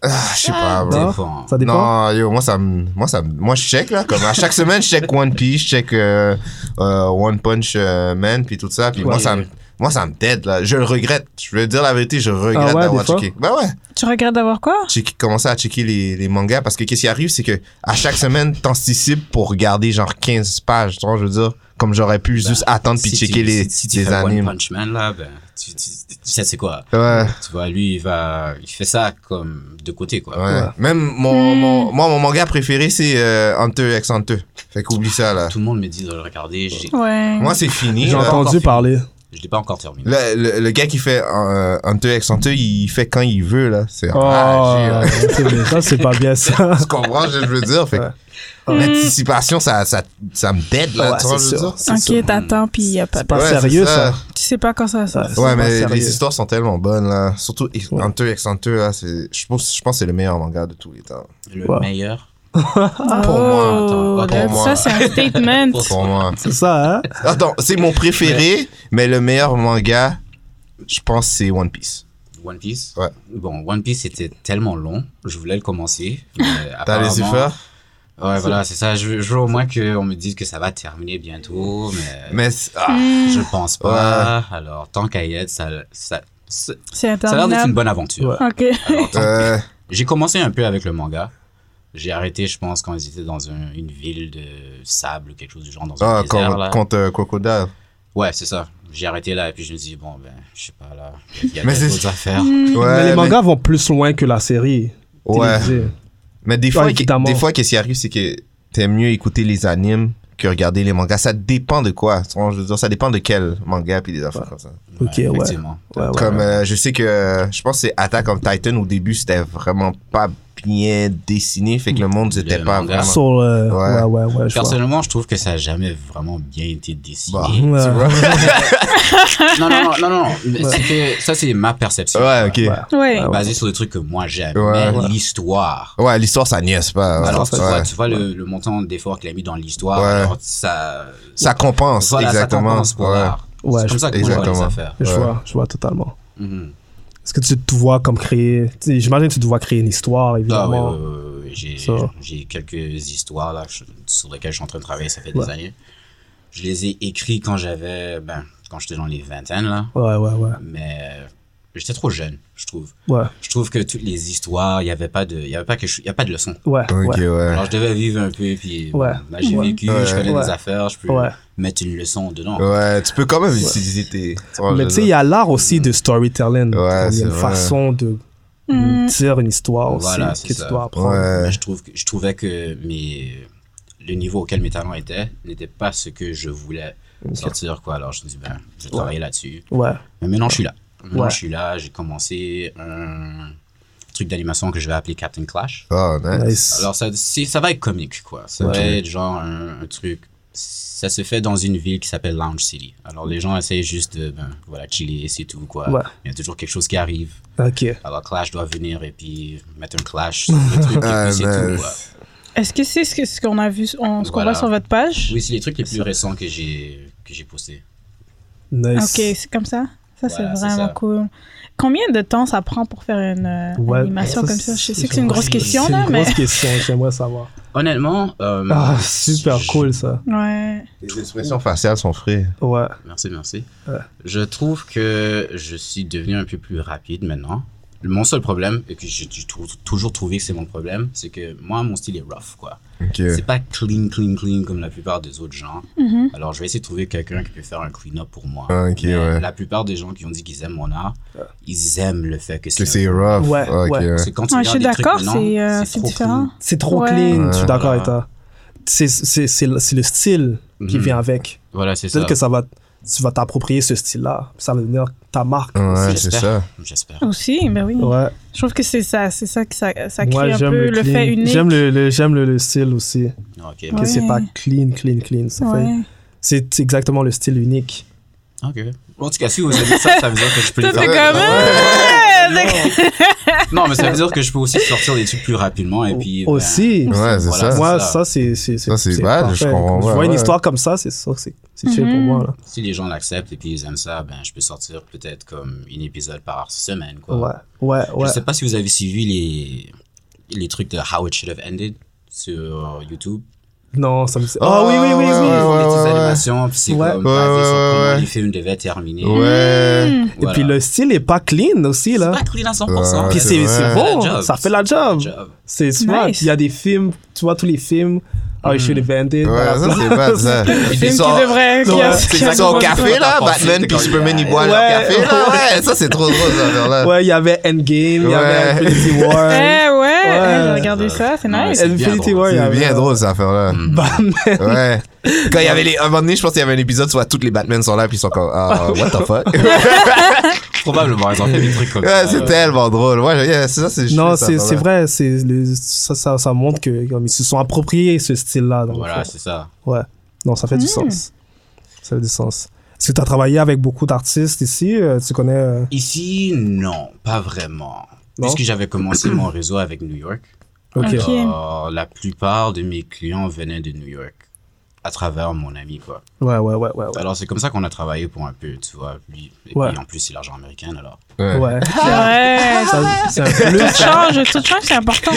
Ah, je sais pas, bro. Non? dépend. Ça dépend. Non, yo, moi, ça me, moi, ça me- moi, je check, là. Comme à chaque semaine, je check One Piece, je check euh, euh, One Punch euh, Man, puis tout ça. Puis moi, Ouais. ça me, moi, ça me tête, là. Je le regrette. Je veux dire la vérité, je regrette Ah ouais, d'avoir des fois? checké. Ben ouais. Tu regrettes d'avoir quoi? J'ai commencé à checker les, les mangas parce que qu'est-ce qui arrive, c'est que à chaque semaine, t'anticipes pour regarder genre 15 pages. Tu vois, je veux dire, comme j'aurais pu juste attendre puis Si checker tu- les, si, si tu les fais One animes. Punch Man, là, ben, tu, tu- tu sais c'est quoi. Ouais. Tu vois, lui, il va, il fait ça comme de côté, quoi. Ouais. Même mon, mon, moi, mon manga préféré, c'est euh, Hunter x Hunter. Fait qu'oublie ça, là. Tout le monde me dit de le regarder, j'ai- Ouais. Moi, c'est fini. J'ai là. entendu encore parler. je l'ai pas encore terminé. Le, le, le gars qui fait euh, Hunter x Hunter, il fait quand il veut, là. C'est Oh, Ah, enragé, là. [LAUGHS] c'est bien. ça, c'est pas bien ça. Tu comprends ce que je veux dire? Fait que l'anticipation, ça, ça, ça me dead, là. [LAUGHS] Ouais, tu vois, c'est je veux sûr. dire? Ok, t'attends, puis y a pas C'est pas Ouais, c'est sérieux, ça. ça. Tu sais pas quand ça Ah, sort. Ouais. Ouais, C'est pas mais sérieux. les histoires sont tellement bonnes, là. Surtout X- Ouais. Hunter x Hunter, là, c'est, je pense, je pense que c'est le meilleur manga de tous les temps. Le Ouais. meilleur. Pour moi, Oh, attends, pas pour Ça, moi. c'est [LAUGHS] un statement. Pour [LAUGHS] moi. C'est ça, hein? Attends, c'est mon préféré, mais le meilleur manga, je pense, c'est One Piece. One Piece. Ouais. Bon, One Piece était tellement long, je voulais le commencer. mais [LAUGHS] T'as apparemment- les Ah, faire? Ouais, voilà, c'est ça. Je, veux- je veux au moins qu'on me dise que ça va terminer bientôt, mais, Mais c'est- ah, je pense pas. Alors, tant qu'à y être, ça, ça, ça, C'est ça a l'air d'être une interminable. bonne aventure. Ouais. Ok. Alors, tant- euh, J'ai commencé un peu avec le manga. J'ai arrêté, je pense, quand ils étaient dans un- une ville de sable ou quelque chose du genre, dans un ah, désert, contre, là. contre euh, Crocodile. Ouais, c'est ça. J'ai arrêté là et puis je me suis dit, bon, ben, je sais pas, là, il y [LAUGHS] a Mais c'est- d'autres affaires. Hmm. Ouais, mais les mangas vont plus loin que la série. mais- ouais. télévisée. Mais des fois, Ouais, que- évidemment. des fois, qu'est-ce qui arrive, c'est que t'aimes mieux écouter les animes que regarder les mangas. Ça dépend de quoi. tu vois, Je veux dire, ça dépend de quel manga puis des affaires comme ça. Ok, ouais. Effectivement. Ouais, ouais. Comme euh, je sais que euh, je pense que c'est Attack on Titan au début, c'était vraiment pas bien dessiné, fait que le monde n'était Le pas manga. vraiment. Sur le- Ouais. Ouais, ouais, ouais. je vois. Personnellement, je trouve que ça a jamais vraiment bien été dessiné. Bah. Ouais. Non, non, non, non, [LAUGHS] non. mais c'est que ça, c'est [LAUGHS] ma perception. Ouais, ok. Ouais. Ouais. Basée sur le truc que moi j'aime. Ouais. mais Ouais. l'histoire. Ouais, l'histoire ça niaise pas. ouais. Alors, tu Ouais. vois, tu vois le, le montant d'effort qu'il a mis dans l'histoire. Ouais. alors Ça. Ça compense, Voilà, exactement. ça compense pour Ouais. l'art. Ouais, c'est comme je- ça que moi, je vois les exactement. affaires. Je Ouais. vois, je vois totalement. Mhm. Est-ce que tu te vois comme créer. tu sais, J'imagine que tu te vois créer une histoire, Ah, ouais, évidemment. ouais, ouais, ouais, J'ai Ça. j'ai quelques histoires là, je- sur lesquelles je suis en train de travailler, ça fait Ouais. des années. Je les ai écrites quand j'avais. Ben, quand j'étais dans les vingtaines, là. Ouais, ouais, ouais. Mais euh, j'étais trop jeune, je trouve. Ouais, Je trouve que toutes les histoires, il n'y avait pas de, il y avait pas que, il y a pas de leçon. ouais. Ok, ouais. ouais. Alors je devais vivre un peu, puis Ouais. bon, là j'ai Ouais. vécu, je connais Ouais. des affaires, je peux Ouais. mettre une leçon dedans. Ouais, tu peux quand même utiliser tes. vois, Mais Oh, je tu sais, veux il y dire. a l'art aussi de storytelling. Ouais, il y c'est a une vrai. façon de Mm. dire une histoire aussi Voilà, c'est que ça. tu dois apprendre. Ouais. Mais je trouve que, je trouvais que mes, le niveau auquel mes talents étaient n'était pas ce que je voulais sortir quoi. Alors je me dis ben, je vais travailler là-dessus. Ouais, Mais maintenant je suis là. Maintenant Ouais. je suis là, j'ai commencé un truc d'animation que je vais appeler Captain Clash. Oh, nice. nice. Alors, ça, c'est- ça va être comique, quoi. Ça va être genre un, un truc. Ça se fait dans une ville qui s'appelle Lounge City. Alors, les gens essayent juste de, ben, voilà, chiller, c'est tout, quoi. Ouais. Il y a toujours quelque chose qui arrive. ok. Alors, Clash doit venir et puis mettre [LAUGHS] un clash sur le truc, et Ah, puis c'est tout, nice. quoi. Est-ce que c'est ce que- ce qu'on a vu, on- ce qu'on Voilà. voit sur votre page? Oui, c'est les trucs les plus récents que j'ai, que j'ai postés. Nice. Ok, c'est comme ça. Ça, c'est Voilà, c'est vraiment ça. cool. Combien de temps ça prend pour faire une euh, Ouais, animation comme ça? Je sais que c'est une grosse c'est- question, C'est une là, mais. grosse question, j'aimerais [LAUGHS] savoir. Honnêtement, euh, Ah, super je- cool ça. Ouais. [LAUGHS] Les expressions faciales sont frais. Ouais. Merci, merci. Ouais. Je trouve que je suis devenu un peu plus rapide maintenant. Mon seul problème, et que j'ai du- tou- toujours trouvé que c'est mon problème, c'est que moi, mon style est rough, quoi. Ok. C'est pas clean, clean, clean comme la plupart des autres gens. Mhm. Alors, je vais essayer de trouver quelqu'un qui peut faire un clean-up pour moi. Ah, ok, Mais ouais. La plupart des gens qui ont dit qu'ils aiment mon art, ils aiment le fait que Que c'est... c'est rough. Ouais, Ah, ok, ouais. ouais. c'est quand tu Ouais, je regardes suis des trucs d'accord, maintenant, c'est, euh, c'est trop différent. clean. C'est trop Ouais. clean, je suis Ouais. d'accord avec toi. C'est- C'est c'est le c'est le style qui Mhm. Ah. vient avec. Voilà, c'est ça. Peut-être que ça va, tu vas t'approprier ce style-là. Ça va devenir ta marque. Ouais, c'est J'espère. ça. J'espère. Aussi, ben oui. Ouais. Je trouve que c'est ça. C'est ça que ça, ça crée Moi, un j'aime peu le, clean. fait unique. J'aime le, le- j'aime le, le style aussi. Ah, Ok. Que c'est Ouais. pas clean, clean, clean. Ça fait- Ouais. C'est exactement le style unique. Ok. En tout cas, si vous avez ça, ça veut dire que je peux Toi, le t'es faire. comme. Ah, d'accord. Non, mais ça veut dire que je peux aussi sortir des trucs plus rapidement et puis. ben, aussi. Ouais, Ah, c'est Voilà. ça. Moi, ça. ça, c'est. c'est- Ça, c'est bad, parfait. je comprends, Quand Je ouais, vois une ouais. histoire comme ça, c'est sûr que c'est c'est tué pour Mhm. moi. Là. Si les gens l'acceptent et puis ils aiment ça, ben je peux sortir peut-être comme un épisode par semaine, quoi. Ouais, ouais, ouais. Je sais pas si vous avez suivi les les trucs de How It Should Have Ended sur YouTube. Non, ça me. Ah Ah, oui, oui, ouais, oui, oui. ouais, Ils font des petites ouais. animations, puis c'est Ouais. comme basé Ouais, sur ouais, comment ouais. les films devaient terminer. Ouais. Mmh. Et puis le style est pas clean aussi, C'est là. pas cool à 100%. Ouais, Puis c'est c'est vrai. c'est Ça fait bon, la job. ça fait la job. Job. C'est smart. Nice. Il y a des films, tu vois, tous les films. Ah, je suis le bandit. Mhm. Ouais, ça, c'est bad, ça. Film qui devrait. qui a- c'est qui a- Ils sont au café, là. Ouais. Batman puis Superman, ils boivent leur Ouais. café, là. Ouais, ça, c'est trop drôle, cette affaire-là. [LAUGHS] Ouais, il y avait Endgame, il y avait Ouais. Infinity War. [LAUGHS] Eh ouais, Eh, j'ai Ouais. regardé ça, c'est Ouais, nice. c'est bien Infinity drôle. War, il y C'est avait. bien drôle, cette affaire-là. Batman. Ouais. Quand il y avait les. Un moment donné, je pense qu'il y avait un épisode, soit tous les Batman sont là, puis ils sont comme. Ah, what the fuck? Probablement, ils ont fait des trucs comme Ouais, ça. c'est tellement drôle. Ouais, yeah, c'est ça, c'est Non, juste, c'est ça, c'est là. vrai, c'est le- ça, ça, ça montre que comme, ils se sont appropriés ce style-là. dans le Voilà, fond. c'est ça. Ouais. Non, ça fait du Mm. sens. Ça fait du sens. Est-ce que tu as travaillé avec beaucoup d'artistes ici Euh, Tu connais. euh, Ici, non, pas vraiment. Non? Puisque j'avais commencé mon réseau avec New York, Ok. Ok. euh, la plupart de mes clients venaient de New York à travers mon ami, quoi. Ouais, ouais, ouais, ouais. ouais. Alors, c'est comme ça qu'on a travaillé pour un peu, tu vois. Puis, et Ouais. puis, en plus, c'est l'argent américain, alors. Ouais. Ah Ah. Ouais. Ça, C'est un plus. Tout change, tout change, c'est important.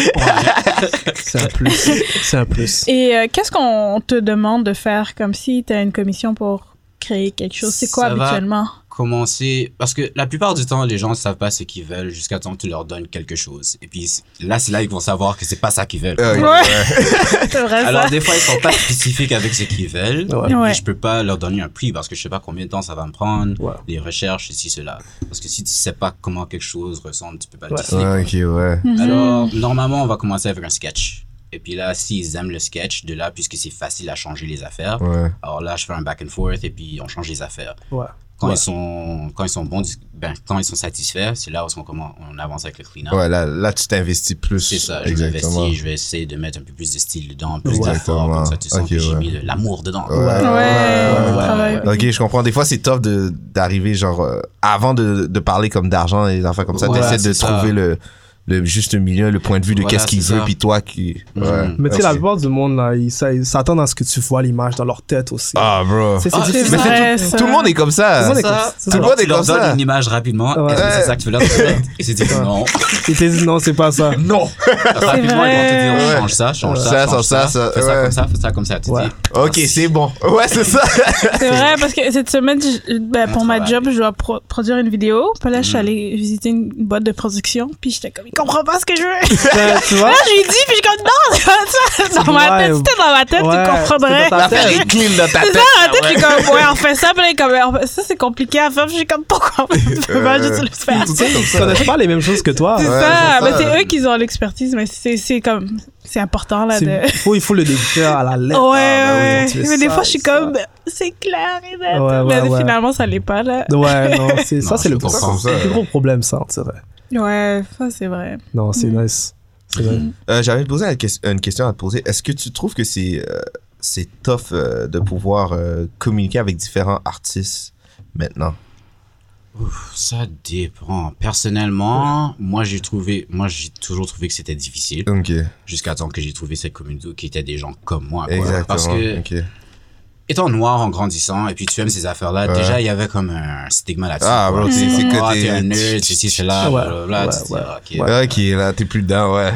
C'est un plus. C'est un plus. Et euh, qu'est-ce qu'on te demande de faire comme si tu as une commission pour créer quelque chose? C'est quoi Ça va. habituellement? Commencer... Parce que la plupart du temps, les gens ne savent pas ce qu'ils veulent jusqu'à temps que tu leur donnes quelque chose. Et puis, c'est- là, c'est là qu'ils vont savoir que c'est pas ça qu'ils veulent. Euh, Ouais, [LAUGHS] c'est vrai Alors, ça. des fois, ils sont pas spécifiques avec ce qu'ils veulent. Ouais. Ouais. Mais je peux pas leur donner un prix parce que je sais pas combien de temps ça va me prendre, Ouais. les recherches, ceci, cela. Parce que si tu sais pas comment quelque chose ressemble, tu peux pas le Ouais. décider. Ouais, ok, ouais. Alors, Mhm. normalement, on va commencer avec un sketch. Et puis là, s'ils aiment le sketch, de là, puisque c'est facile à changer les affaires, Ouais. alors là, je fais un back and forth et puis on change les affaires. Ouais. Quand, Ouais. ils, sont, quand ils sont bons, ben, quand ils sont satisfaits, c'est là où on, commence, on avance avec le clean-up. Ouais, là, là, tu t'investis plus. C'est ça, je Exactement. m'investis, je vais essayer de mettre un peu plus de style dedans, plus Ouais. d'effort, comme ça tu sens Ok, que j'ai ouais. mis de l'amour dedans. Ouais. Ouais, on ouais, travaille. Ok, je comprends. Des fois, c'est tough de d'arriver genre euh, avant de, de parler comme d'argent et des affaires comme ça. Voilà, T'essaies de c'est ça. trouver le, le juste milieu, le point de vue de Voilà, qu'est-ce qu'il c'est veut, ça. puis toi qui. Mhm. Ouais. Mais tu sais, la Merci. plupart du monde, là, ils s'a- ils s'attendent à ce que tu vois l'image dans leur tête aussi. Ah, bro. Tu sais, Ah, difficile. c'est vrai. Mais c'est tout, ça. tout le monde est comme Tout le ça. monde est ça. comme ça. Tout le monde tu est leur comme donnes ça. une image rapidement, Ouais. est-ce que c'est ça que tu veux leur donner Et c'est dit non. Ils te disent non, c'est pas ça. Non. [LAUGHS] Rapidement, ils vont te dire vrai. change ça, change Ouais. ça. Ça, change ça, ça, Fais ça ouais. comme ça, fais ça comme ça. Tu Ouais. dis. Ok, c'est bon. [LAUGHS] Ouais, c'est [LAUGHS] ça. C'est vrai, parce que cette semaine, je- ben, On pour ma travaille. job, je dois pro- produire une vidéo. Puis là, je suis Mhm. allée visiter une boîte de production. Puis j'étais comme, il comprend pas ce que je [LAUGHS] veux. Euh, tu vois là, je lui dis, puis je suis comme, non, c'est pas ça. Dans ma tête, Ouais. c'était dans ma tête, Ouais, tu comprendrais. c'est dans ta L'affaire tête. est clean dans ta C'est ça, tête. dans ma tête, je suis comme, ouais, on fait ça. Puis là, il est comme, on fait- ça, c'est compliqué à faire. Puis je suis comme, pourquoi on peut pas Euh, juste le [LAUGHS] faire? Tout Tu sais, ils connaissent pas les mêmes choses que toi. C'est Ouais, ça, c'est ça. mais c'est eux qui ont l'expertise, mais c'est c'est comme, c'est important là C'est- de. [LAUGHS] Il faut, il faut le décrire à la Ouais, lettre. Ah, bah oui, ouais. tu fais mais des ça fois, je et suis ça. comme, c'est clair et net. Ouais, ouais, mais ouais. finalement, ça l'est pas là. Ouais, non, c'est- ça, Non, c'est je le comprends. gros- Ça, le ouais. gros problème, ça, on dirait. Ouais, ça, c'est vrai. Non, c'est Mm. nice. C'est vrai. Euh, J'avais posé une, ques- une question à te poser. Est-ce que tu trouves que c'est euh, c'est tough euh, de pouvoir euh, communiquer avec différents artistes maintenant? Ça dépend. Personnellement, moi j'ai trouvé, moi j'ai toujours trouvé que c'était difficile Ok, jusqu'à temps que j'ai trouvé cette communauté qui était des gens comme moi. quoi. exactement. Parce que ok. étant noir en grandissant et puis tu aimes ces affaires-là, Ouais. déjà il y avait comme un stigma là-dessus. Ah, quoi. bro, t'es- C'est c'est comme, que Ah, t'es- t'es un nerd, tu sais, c'est là, Ouais, blablabla, ouais, tu te dis, ouais. ah, ok. Ok, là, t'es plus dedans, ouais.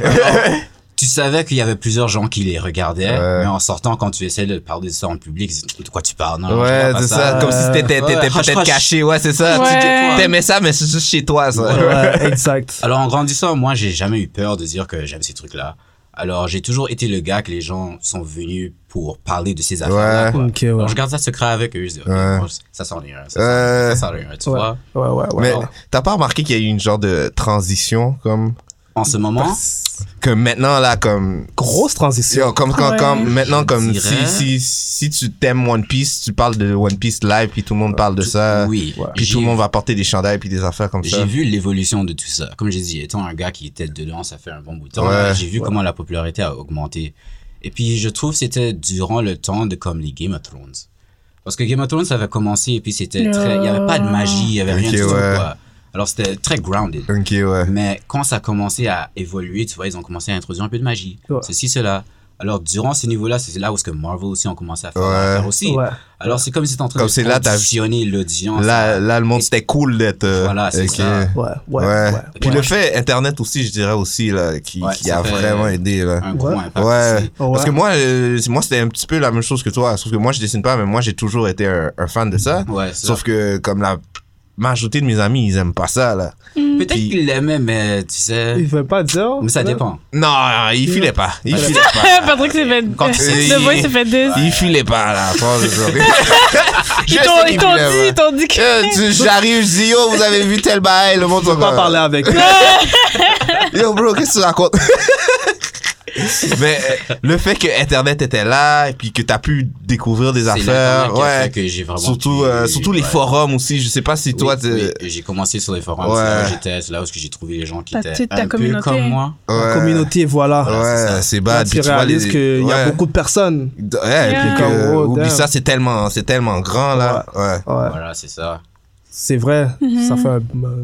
Tu savais qu'il y avait plusieurs gens qui les regardaient, Ouais. mais en sortant, quand tu essaies de parler de ça en public, c'est, de quoi tu parles Non, je Ouais, parle pas c'est ça. ça. Comme si t'étais Ouais, t'étais hush, peut-être hush. caché. Ouais, c'est ça. Tu- Ouais. T'aimais ça, mais c'est juste chez toi, ça. Ouais, exact. Alors en grandissant, moi, j'ai jamais eu peur de dire que j'aime ces trucs-là. Alors j'ai toujours été le gars que les gens sont venus pour parler de ces affaires-là. Ouais. quoi. Ok, ouais. Alors, je garde ça secret avec eux. Je dis, ok, Ouais. bon, ça s'en est un, ça s'en est Ouais. un, ça s'en est un, tu Ouais. vois. Ouais, ouais, [LAUGHS] ouais. Mais ouais. t'as pas remarqué qu'il y a eu une genre de transition, comme. En ce moment, Que maintenant, là, comme. Grosse transition. Yo, comme, quand, Ouais. comme, maintenant, comme Je si, dirais- si, si tu t'aimes One Piece, tu parles de One Piece live, puis tout le monde parle de ça. oui, Puis tout j'ai- le monde va porter des chandails, puis des affaires comme ça. J'ai vu l'évolution de tout ça. Comme j'ai dit, étant un gars qui était dedans, ça fait un bon bout de temps. Ouais. là, j'ai vu comment la popularité a augmenté. Et puis, je trouve que c'était durant le temps de comme les Game of Thrones. Parce que Game of Thrones, ça avait commencé et puis c'était très. Il n'y avait pas de magie, il n'y avait rien Ok, du tout. ouais. quoi. Alors, c'était très grounded. Ok, ouais. Mais quand ça a commencé à évoluer, tu vois, ils ont commencé à introduire un peu de magie. Ouais. Ceci, cela. Alors, durant ces niveaux-là, c'est là où est-ce que Marvel aussi ont commencé à faire, Ouais. à faire aussi. Ouais. Alors, c'est comme si c'était en train Comme c'est là, de t'as- conditionner l'audience. Là, là, le monde, c'était cool d'être. euh, Voilà, c'est ok. ça. Ouais, Ouais. ouais, ouais. Puis ouais. le fait Internet aussi, je dirais aussi, là, qui, Ouais, qui ça a fait vraiment aidé, là. Un gros Ouais. impact Ouais. aussi. Ouais. Parce que moi, euh, moi c'était un petit peu la même chose que toi. Sauf que moi, je dessine pas, mais moi, j'ai toujours été un, un fan de ça. Ouais, c'est Sauf que, comme la majorité de mes amis, ils aiment pas ça, là. Peut-être Puis- qu'il l'aimait, mais tu sais. Il veut pas dire. Mais ça dépend. Non, ils filaient pas. Ils filaient pas. [LAUGHS] Patrick s'est fait. Quand tu sais- [LAUGHS] The Voice s'est fait deux. Ils filaient pas, là. Franchement, je- Je [LAUGHS] Ils sais t'ont- qu'ils ils t'ont filaient dit, pas. ils t'ont dit que. Euh, [LAUGHS] tu- J'arrive, je dis, yo, vous avez vu tel bail, le monde Je veux pas [LAUGHS] parler avec eux. Yo, bro, qu'est-ce que tu racontes? [LAUGHS] Mais euh, le fait que Internet était là et puis que t'as pu découvrir des C'est affaires, l'Internet qui a fait ouais. que j'ai vraiment. Surtout, pu- euh, surtout les ouais. forums aussi. Je sais pas si Oui, toi, oui, t'es- J'ai commencé sur les forums, Ouais. c'est là où j'étais, c'est là où j'ai trouvé les gens qui Ta étaient petite- ta un peu communauté. comme moi. Ouais. La communauté, voilà. euh, Ouais, c'est Là, bad. tu puis tu vois réalises les- qu'il y a ouais. beaucoup de personnes. Ouais, et puis Yeah. que- Oh, oublie damn. ça, c'est tellement, c'est tellement grand là. Ouais. Ouais. Voilà, c'est ça. C'est vrai. Mhm. Ça fait un, un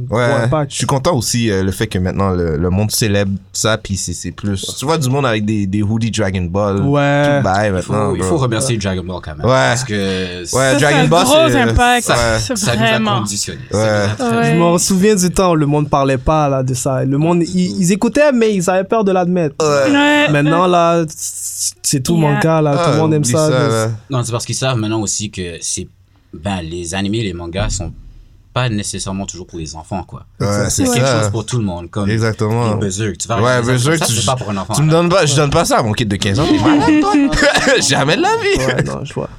gros Ouais, impact. je suis content aussi euh, le fait que maintenant le, le monde célèbre ça, puis c'est c'est plus. Tu vois du monde avec des, des hoodies Dragon Ball. Ouais. Tout bail Il faut, maintenant. il faut bro. remercier Dragon Ball quand même. Ouais. Parce que ça- Ouais, Ça, c'est Dragon un Ball. gros c'est- impact. ouais. C'est ça nous a vraiment. conditionnés. Ouais. Ça nous a très- Je Ouais. me souviens du temps où le monde parlait pas là, de ça. Le monde, ils, ils écoutaient, mais ils avaient peur de l'admettre. Ouais. Maintenant, là, c'est tout Yeah. mon cas, là. tout Ah, le monde aime oublie ça. mais- là. Non, c'est parce qu'ils savent maintenant aussi que c'est, ben, les animés, les mangas sont pas nécessairement toujours pour les enfants, quoi. Ouais, c'est C'est quelque ça. chose pour tout le monde, comme Exactement. les Berserk. Tu vas Ouais, regarder ça, Berserk, ça, tu- c'est pas pour un enfant. Tu me donnes pas, je donne pas ça à mon kid de 15 ans. t'es malade, toi? [LAUGHS] Jamais de la vie. Ouais, non, je vois.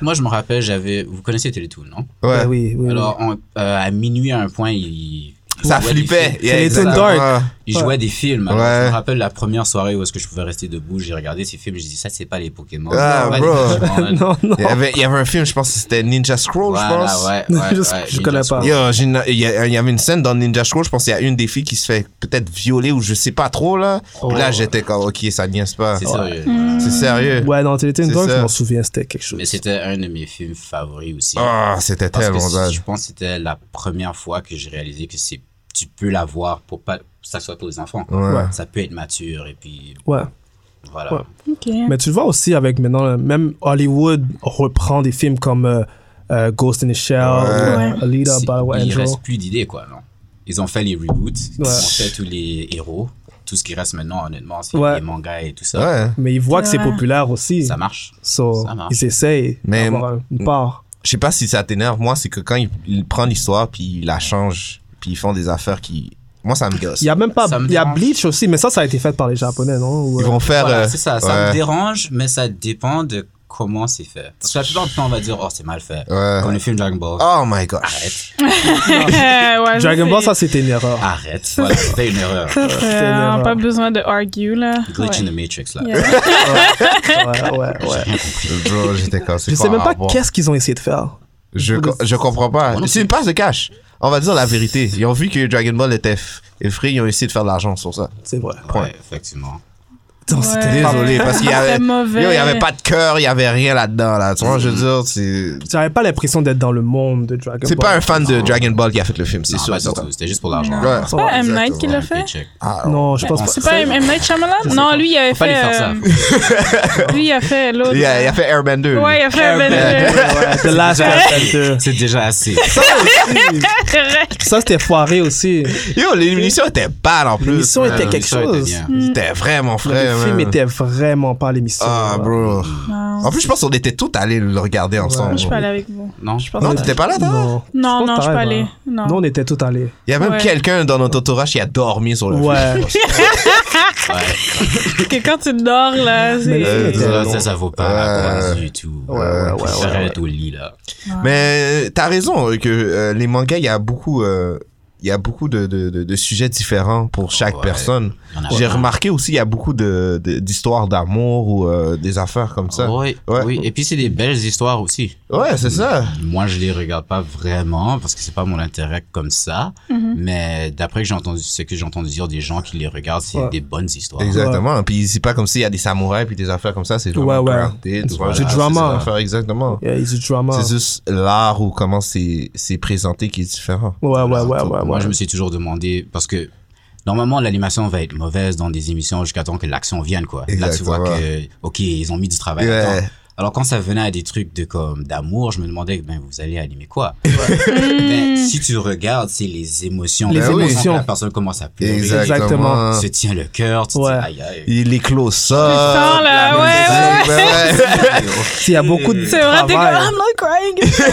Moi, je me rappelle, j'avais. Vous connaissez Télétoon, non Ben oui, oui. oui. [LAUGHS] Alors, on- euh, à minuit, à un point, il. il Ça jouait flippait. des films. Yeah, les Toon exactement. Dark. Il jouait des films. Alors, Ouais. Je me rappelle la première soirée où est-ce que je pouvais rester debout, j'ai regardé ces films, j'ai dit ça c'est pas les Pokémon. Ah, c'est pas bro. les Pokémon. [LAUGHS] non, [LAUGHS] non. Il y, avait, il y avait un film, je pense que c'était Ninja Scroll, je Voilà, pense. ouais, ouais, Je- ouais, je Ninja connais pas. Scroll. Yo, j'ai une- il y, a- il y avait une scène dans Ninja Scroll, je pense qu'il y a une des filles qui se fait peut-être violer ou je sais pas trop là. Puis là, j'étais comme, ok, ça niaise pas. C'est C'est sérieux. sérieux. Ouais, non, Télétoon C'est Dark, ça. je m'en souviens, c'était quelque chose. Mais c'était un de mes films favoris aussi. Ah, c'était Parce que tellement c- bad. je pense que c'était la première fois que j'ai réalisé que c'est tu peux l'avoir pour pas que ça soit pour les enfants. quoi. Ouais. Ça peut être mature et puis Ouais. voilà. Ouais. Ok. [LAUGHS] Mais tu le vois aussi avec maintenant, euh, même Hollywood reprend des films comme euh, euh, Ghost in the Shell, Ouais. ou Alita, C'est- Battle il Angel. reste plus d'idées quoi, non Ils ont fait les reboots, ils Ouais. ont fait tous les héros, tout ce qui reste maintenant honnêtement c'est Ouais. les mangas et tout ça. Ouais. Mais ils voient que c'est Ouais. populaire aussi. Ça marche. So, ça marche. ils essayent Mais- d'avoir une part. Je sais pas si ça t'énerve. Moi, c'est que quand il, il prend l'histoire puis il la change puis ils font des affaires qui. Moi, ça me gosse. Il y a même pas. Ça me Il y a dérange. Bleach aussi, mais ça, ça a été fait par les Japonais, non Ou, Ils euh, vont faire. Voilà, euh, c'est ça. Ça ouais. me dérange, mais ça dépend de comment c'est fait. Parce que la plupart du temps, on va dire, oh, c'est mal fait. Ouais. Comme le film Dragon Ball. Oh my gosh. [LAUGHS] Ouais, Dragon c'est- Ball, ça, c'était une erreur. Arrête. Voilà, c'était [LAUGHS] une erreur. Euh, Ça, c'est- on une erreur. n'a euh, pas besoin de argue, là. Glitch in Ouais. the Matrix, là. Yeah. Ouais, ouais, ouais. Bro, j'étais comme, c'est Je quoi sais même le pas rapport? qu'est-ce qu'ils ont essayé de faire. Je, co- je comprends pas. Moi non C'est une passe de cash. On va dire la vérité. Ils ont vu que Dragon Ball était f- effrayé, ils ont essayé de faire de l'argent sur ça. C'est vrai. Ouais, effectivement. Non, Euh, c'était Ouais. désolé parce qu'il y avait, C'était mauvais. Yo, il y avait pas de cœur, il y avait rien là-dedans. Là. Tu vois, je veux dire, c'est. J'avais pas l'impression d'être dans le monde de Dragon Ball. C'est pas un fan de Dragon Ball qui a fait le film, c'est Non, sûr. pas et du certain. tout, C'était juste pour l'argent. Ouais. C'est pas M. Night qui exactement. l'a Un fait? paycheck. Ah, Non, je pense pas. C'est pas M. Night Shyamalan? Non, lui, il avait Faut pas fait... lui faire [LAUGHS] [LAUGHS] ça. euh, Lui, il a fait l'autre. Il a, il a fait Airbender. lui. Ouais, il a [LAUGHS] fait Avenger. Ouais, The Last Airbender. [LAUGHS] C'est déjà [LAUGHS] assez. Correct. Ça, c'était foiré aussi. Yo, l'émission était bad en plus. L'émission man. était quelque l'émission était chose. bien. C'était vraiment frais. Le film man. était vraiment pas l'émission. Ah, là. bro. Non, En plus, je pense qu'on était tous allés le regarder ensemble. je suis pas allée avec vous. Non, Je pense Non, que- t'étais pas là, toi? Non, Non, non, pense je que suis pas t'arrives, allée. hein. Non. Nous, on était tous allés. Il y a même Ouais. quelqu'un dans notre entourage qui a dormi sur le film. Ouais. que quand tu dors, là, Mais- c'est... Euh, Ça, non. ça, ça vaut pas la peine du tout. Ouais, ouais, ouais, Je ouais, serais ouais. au lit, là. Mais t'as raison euh, que euh, les mangas, il y a beaucoup, euh, il y a beaucoup de, de, de, de sujets différents pour chaque Ouais. personne. Il y en a J'ai plein. remarqué aussi, il y a beaucoup de de- d'histoires d'amour ou euh, des affaires comme ça. Ah Ouais, Ouais. Oui, et puis c'est des belles histoires aussi. Ouais, c'est ça. Moi, je les regarde pas vraiment parce que c'est pas mon intérêt comme ça. Mais d'après que j'ai entendu, ce que j'ai entendu dire des gens qui les regardent, c'est Ouais. des bonnes histoirs. Exactement. Puis c'est pas comme s'il y a des samouraïs puis des affaires comme ça. C'est Ouais, vraiment ouais. grounded, C'est voilà, du Ah, c'est des drama. affaires, exactement. Il y a eu du drama. C'est juste l'art ou comment c'est c'est présenté qui est différent. Ouais, ouais, ouais, ouais. ouais. Moi, je me suis toujours demandé parce que normalement l'animation va être mauvaise dans des émissions jusqu'à temps que l'action vienne quoi. Là, tu vois Exactement. que ok, ils ont mis du travail. Ouais. là-dedans. Alors quand ça venait à des trucs de comme d'amour, je me demandais ben vous allez animer quoi. [LAUGHS] Hmm. Mais si tu regardes, c'est les émotions. Les Quand oui. émotions. La personne commence à pleurer. Exactement. se tient le cœur, tu te Ouais. dis aïe aïe. Il est close ça. Putain, là, ouais, ouais. Il y a beaucoup de C'est vrai, t'es comme, travail. I'm not crying.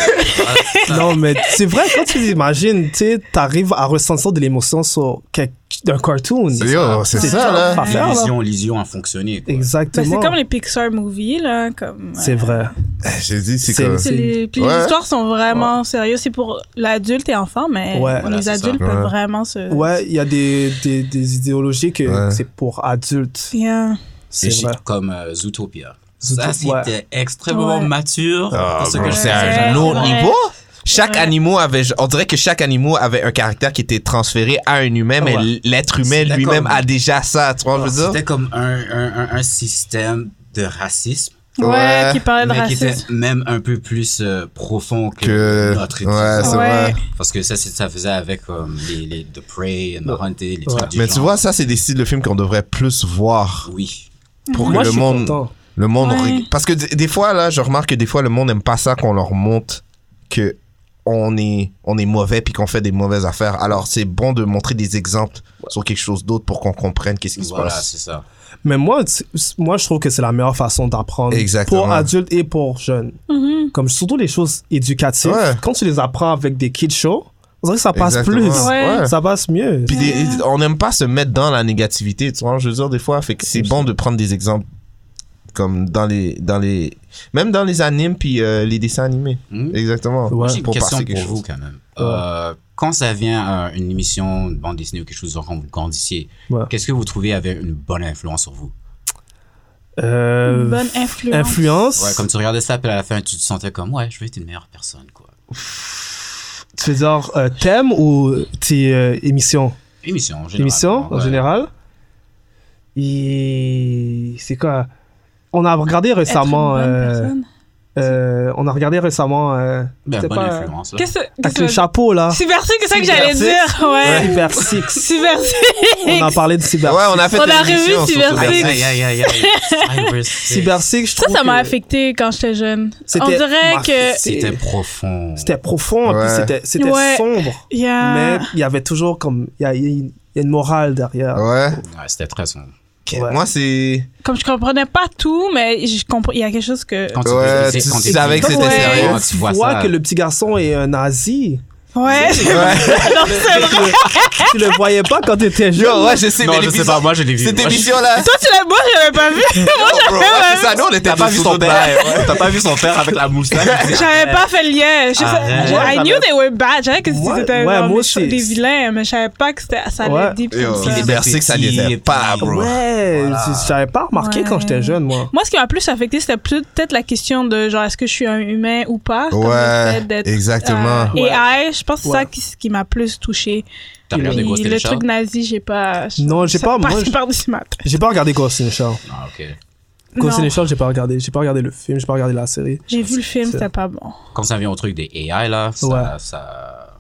Ah, [LAUGHS] Non, mais c'est vrai, quand tu imagines, tu sais, t'arrives à ressentir de l'émotion sur quelque- d'un cartoon. [LAUGHS] Yo, c'est ça là. Pas faire, là. L'illusion, l'illusion a fonctionné. quoi. Ben, Exactement. c'est comme les Pixar movies, là, comme... euh, C'est vrai. J'ai dit c'est C'est- que C'est les, puis Ouais. les histoires sont vraiment sérieuses. C'est pour l'adulte et enfant, mais Ouais. les Voilà, c'est adultes ça. peuvent Ouais. vraiment se. Ouais, il y a des, des, des idéologies que Ouais. c'est pour adultes. Bien. Des C'est shit vrai. comme euh, Zootopia. Zootopia, Ça, c'était extrêmement Ouais. mature. Ah, parce bro, que je c'est sais un Ouais, autre ouais. niveau. Chaque Ouais. animal avait, on dirait que chaque animal avait un caractère qui était transféré à un humain, mais Ouais. l'être humain C'était lui-même comme- a déjà ça, tu vois, je veux dire? C'était comme un, un, un, un système de racisme, Ouais, Ouais. qui parlait de mais qui était racisme. même un peu plus euh, profond que, Que- notre ouais, édition. c'est vrai. Ouais. Parce que ça, c'est- ça faisait avec euh, les, les The Prey, and Hunted, les Ouais. trucs du Mais genre. tu vois, ça, c'est des styles de films qu'on devrait plus voir Oui. pour Mhm. Moi, que le je suis monde, content. le monde, Ouais. reg- parce que d- des fois, là, je remarque que des fois, le monde n'aime pas ça qu'on leur montre que on est, on est mauvais puis qu'on fait des mauvaises affaires. Alors, c'est bon de montrer des exemples sur quelque chose d'autre pour qu'on comprenne qu'est-ce qui Voilà, se passe. c'est ça. Mais moi, tu- moi, je trouve que c'est la meilleure façon d'apprendre Exactement. pour adultes et pour jeunes. Mhm. Comme surtout les choses éducatives. Ouais. Quand tu les apprends avec des kids shows, on dirait que ça passe Exactement. plus. Ouais. Ça passe mieux. Puis des- on n'aime pas se mettre dans la négativité, tu vois, je veux dire, des fois, fait que c'est bon de prendre des exemples comme dans les, dans les, même dans les animes puis euh, les dessins animés. Hmm? Exactement. Ouais. J'ai une question passer pour vous quand même. Euh, quand ça vient à une émission de bande dessinée ou quelque chose genre quand vous grandissiez, Ouais. qu'est-ce que vous trouvez avait une bonne influence sur vous Euh, Une bonne influence. influence. Ouais, comme tu regardais ça, puis à la fin, tu te sentais comme ouais, je vais être une meilleure personne quoi. Tu veux dire euh, thème ou tes euh, émissions Émission en général. Émissions, en Ouais. général. Et c'est quoi On a regardé Être une récemment. bonne euh, personne. euh, on a regardé récemment. euh, Ben, c'était bonne pas- influence. Là. Qu'est-ce que. Avec qu'est-ce le que- chapeau, là. Cyber Six, c'est ça que j'allais Cyber Six. dire. Ouais. [LAUGHS] Cyber Six. Cyber Six. On a parlé de Cyber Ouais, on a fait On une a revu émission sur Cyber Cyber Six. Six. Aïe, aïe, aïe, aïe. Cyber Six. Cyber Six, je Ça, trouve ça m'a que affecté quand j'étais jeune. c'était- On dirait ma- que. C'était profond. C'était profond, Ouais. puis c'était, c'était Ouais. Ah. sombre. Il y a- Mais il y avait toujours comme. Il y a, il y a une, il y a une morale derrière. Ouais. Ouais, c'était très sombre. Ok. Ouais. Moi, c'est, Comme je comprenais pas tout, mais je compre- il y a quelque chose que. Quand Ouais, tu, tu quand savais que quand c'était tu- sérieux. quand Ah, Tu vois, ça, que le petit garçon est un nazi. Ouais. Non, c'est vrai. Ah. tu le voyais pas quand t'étais jeune. Yo, ouais, je sais, mais Non, je sais l'émission- pas, moi je l'ai vu. cette Moi, je- émission-là. [LAUGHS] Toi, tu l'as. Moi, j'avais pas vu. Moi, Oh, bro, j'avais ouais, pas c'est ça, nous, on était T'as pas juste vu sur son le père. ouais. T'as pas vu son père avec la moustache. [LAUGHS] J'avais pas fait le lien. Je sais- Arrête. je- I knew they were bad. J'avais que Moi- c'était genre ouais, moi des, cho- aussi. des vilains, mais je savais pas que c'était- ça allait Ouais. être deep Yo, comme ça. Cyber- Six, ça les aime Ah, pas, bro. Ouais, je- j'avais pas remarqué Ouais. quand j'étais jeune, moi. Moi, ce qui m'a plus affecté, c'était plus- peut-être la question de genre, est-ce que je suis un humain ou pas? Comme le Ouais. fait d'être, euh, Exactement. AI, je Je pense que c'est ça Ouais. qui, qui m'a plus touchée. T'as regardé Puis Ghost in the le Shell truc nazi, j'ai pas. Non, j'ai ça pas, a moi, passé je- par-dessus ma tête. J'ai pas regardé Ghost in the Shell. Ah, ok. Ghost in Non. the Shell, j'ai pas regardé. J'ai pas regardé le film, j'ai pas regardé la série. J'ai vu le film, C'est- c'était pas bon. Quand ça vient au truc des AI, là, ça, Ouais. ça,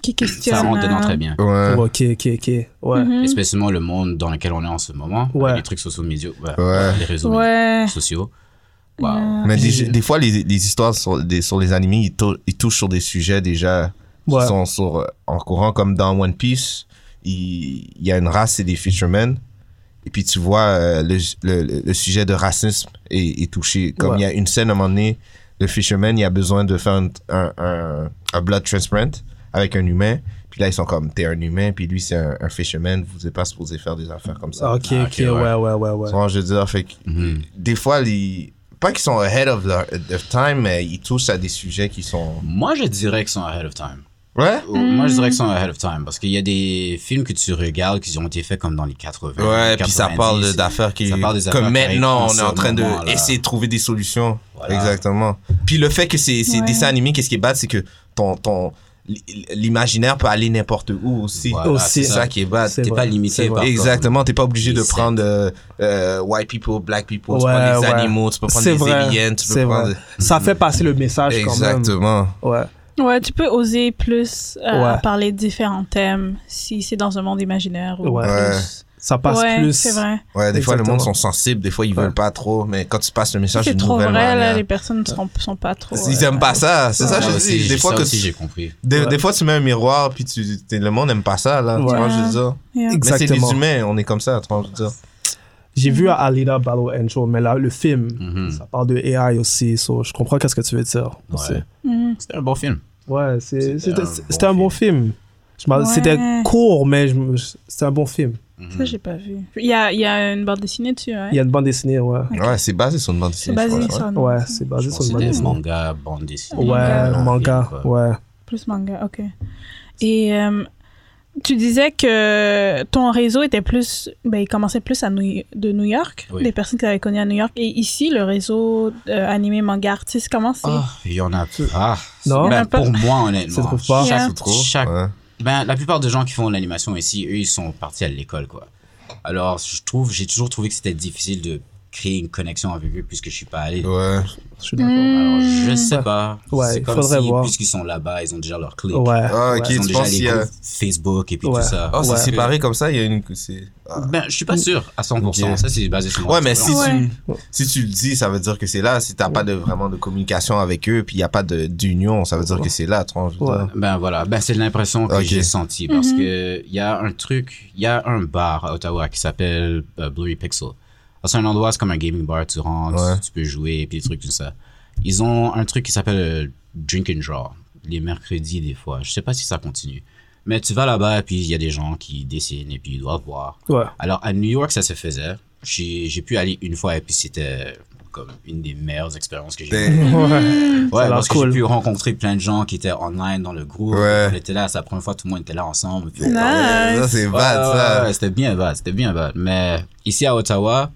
Qui questionne. ça rentre dedans euh, très bien. Ouais. Oh, ok, ok, ok. Ouais. Mhm. Et spécialement le monde dans lequel on est en ce moment, Mm. Ouais. avec les trucs sociaux médias, Ouais. les réseaux Ouais. médias sociaux. Wow. Mais des, J'ai- des fois, les, les histoires sur, des, sur les animés, ils, tou- ils touchent sur des sujets déjà qui Ouais. sont sur, euh, en courant, comme dans One Piece. Il, il y a une race, c'est des fishermen. Et puis tu vois, euh, le, le- le- le sujet de racisme est, est touché. Comme Ouais. il y a une scène à un moment donné, le fisherman, il a besoin de faire un, un, un- un blood transplant avec un humain. Puis là, ils sont comme, t'es un humain, puis lui, c'est un, un fisherman, vous n'êtes pas supposé faire des affaires comme ça. Ah, ok, Ah, ok, ok, ouais, ouais. ouais, ouais, ouais. Tu vois, je veux dire, fait que Mhm. des fois, les... pas qu'ils sont ahead of their, their time, mais ils touchent à des sujets qui sont. Moi, je dirais qu'ils sont ahead of time. Ouais? Oh, Moi, je dirais qu'ils sont ahead of time parce qu'il y a des films que tu regardes qui ont été faits comme dans les 80. Ouais, puis ça 90. parle de- d'affaires qui. Ça parle des affaires comme qui maintenant, on arrivent est en en ce train de moment, là. essayer de trouver des solutions. Voilà. Exactement. Puis le fait que ces, ces Ouais. dessins animés, qu'est-ce qui est bad, c'est que ton. ton l'imaginaire peut aller n'importe où aussi. Voilà, Aussi. hein. C'est ça qui est bad. C'est T'es T'es vrai. pas limité C'est vrai. par. Exactement, t'es pas obligé de Les prendre euh, euh, white people, black people, tu Ouais, prends des ouais. animaux, tu peux prendre C'est des vrai. aliens, tu C'est peux prendre. vrai. Ça fait passer le message quand Exactement. même. Ouais. Ouais, tu peux oser plus euh, Ouais. parler de différents thèmes si c'est dans un monde imaginaire. Ou Ouais. Ouais. Plus. Ça passe ouais, plus. c'est vrai. Ouais, des fois, le Exactement. monde sont sensibles, des fois, ils Ouais. veulent pas trop, mais quand tu passes le message C'est d'une trop vrai, nouvelle là, manière, les personnes ne sont, sont pas trop... ils euh, aiment pas ça. C'est ça, Moi je aussi, dis. j'ai- Des fois, ça que aussi, tu- j'ai compris. des, Ouais. des fois, tu mets un miroir, puis tu, t'es- le monde aime pas ça, là. Tu Ouais. vois, je veux dire. Mais c'est yeah. Mm. des Exactement. humains, on est comme ça, tu vois, je veux dire. J'ai Mhm. vu Alida Battle Angel, mais là, le film, Mhm. ça parle de AI aussi. so je comprends qu'est-ce que tu veux dire. Ouais. C'est- Mhm. C'était un bon film. Ouais, c'est- C'était c'était un c'était bon un, bon film. Je m'en- Ouais. C'était court, mais je me- c'était un bon film. Ça, j'ai pas vu. Il y a, il y a une bande dessinée dessus, ouais. Il y a une bande dessinée, ouais. Ouais, c'est basé sur une bande C'est dessinée. je basé crois, sur... une- Ouais, c'est Je basé pense sur que une c'est bande des dessinée. mangas, bandes dessinées. Ouais, euh, manga, films, quoi. ouais. Plus manga, ok. Et euh, tu disais que ton réseau était plus... Ben, il commençait plus à New- de New York, Oui. des personnes que tu avais connues à New York. Et ici, le réseau euh, animé, manga, artiste, comment c'est? Ah, il y en a pas. Non? Ben, Il y en a pas. pour moi, honnêtement. Tu trouves pas? Yeah. Chaque, Trop. chaque ouais. Ben, la plupart des gens qui font de l'animation ici, eux, ils sont partis à l'école, quoi. Alors, je trouve, j'ai toujours trouvé que c'était difficile de créer une connexion avec eux puisque je suis pas allé. Ouais. Je suis d'accord. Alors, je sais pas. Ouais, c'est il comme faudrait si, voir. puisqu'ils sont là-bas, ils ont déjà leur clique. Ouais. Ah, ok, ouais. Ils ont tu déjà penses les qu'il y a. groupes Facebook et puis Ouais. Mm. tout ça. euh, Oh, c'est Ouais. séparé comme ça, il y a une. c'est- Ah. Ben, je suis pas sûr à 100%. Ok. Ça, c'est basé sur mon hein. Ouais, mais si expérience. Ouais. tu, si tu le dis, ça veut dire que c'est là. Si t'as pas de, vraiment de communication avec eux, puis il y a pas de- d'union, ça veut dire que c'est là, tu vois, je veux Ouais. dire. Ben voilà, ben c'est l'impression que Ok. j'ai sentie parce que il y a un truc, il y a un bar à Ottawa qui s'appelle euh, Blurry Pixel. Alors, C'est un endroit, c'est comme un gaming bar, tu rentres, Ouais. tu peux jouer et puis des trucs comme ça. Ils ont un truc qui s'appelle euh, Drink and Draw les mercredis des fois. Je sais pas si ça continue. Mais tu vas là-bas et puis il y a des gens qui dessinent et puis ils doivent boire. Mm. Ouais. [LAUGHS] Alors à New York, ça se faisait. J'ai j'ai pu aller une fois et puis c'était comme une des meilleures expériences que j'ai eues. Des- Ouais, a l'air parce que cool. j'ai pu rencontrer plein de gens qui étaient online dans le groupe. Ouais. On était là, c'est la première fois, tout le monde était là ensemble. Puis- Ça, Nice. c'est Ouais, bad, ouais, ça. ouais, ouais, c'était bien bad, c'était bien bad. Mais ici à Ottawa,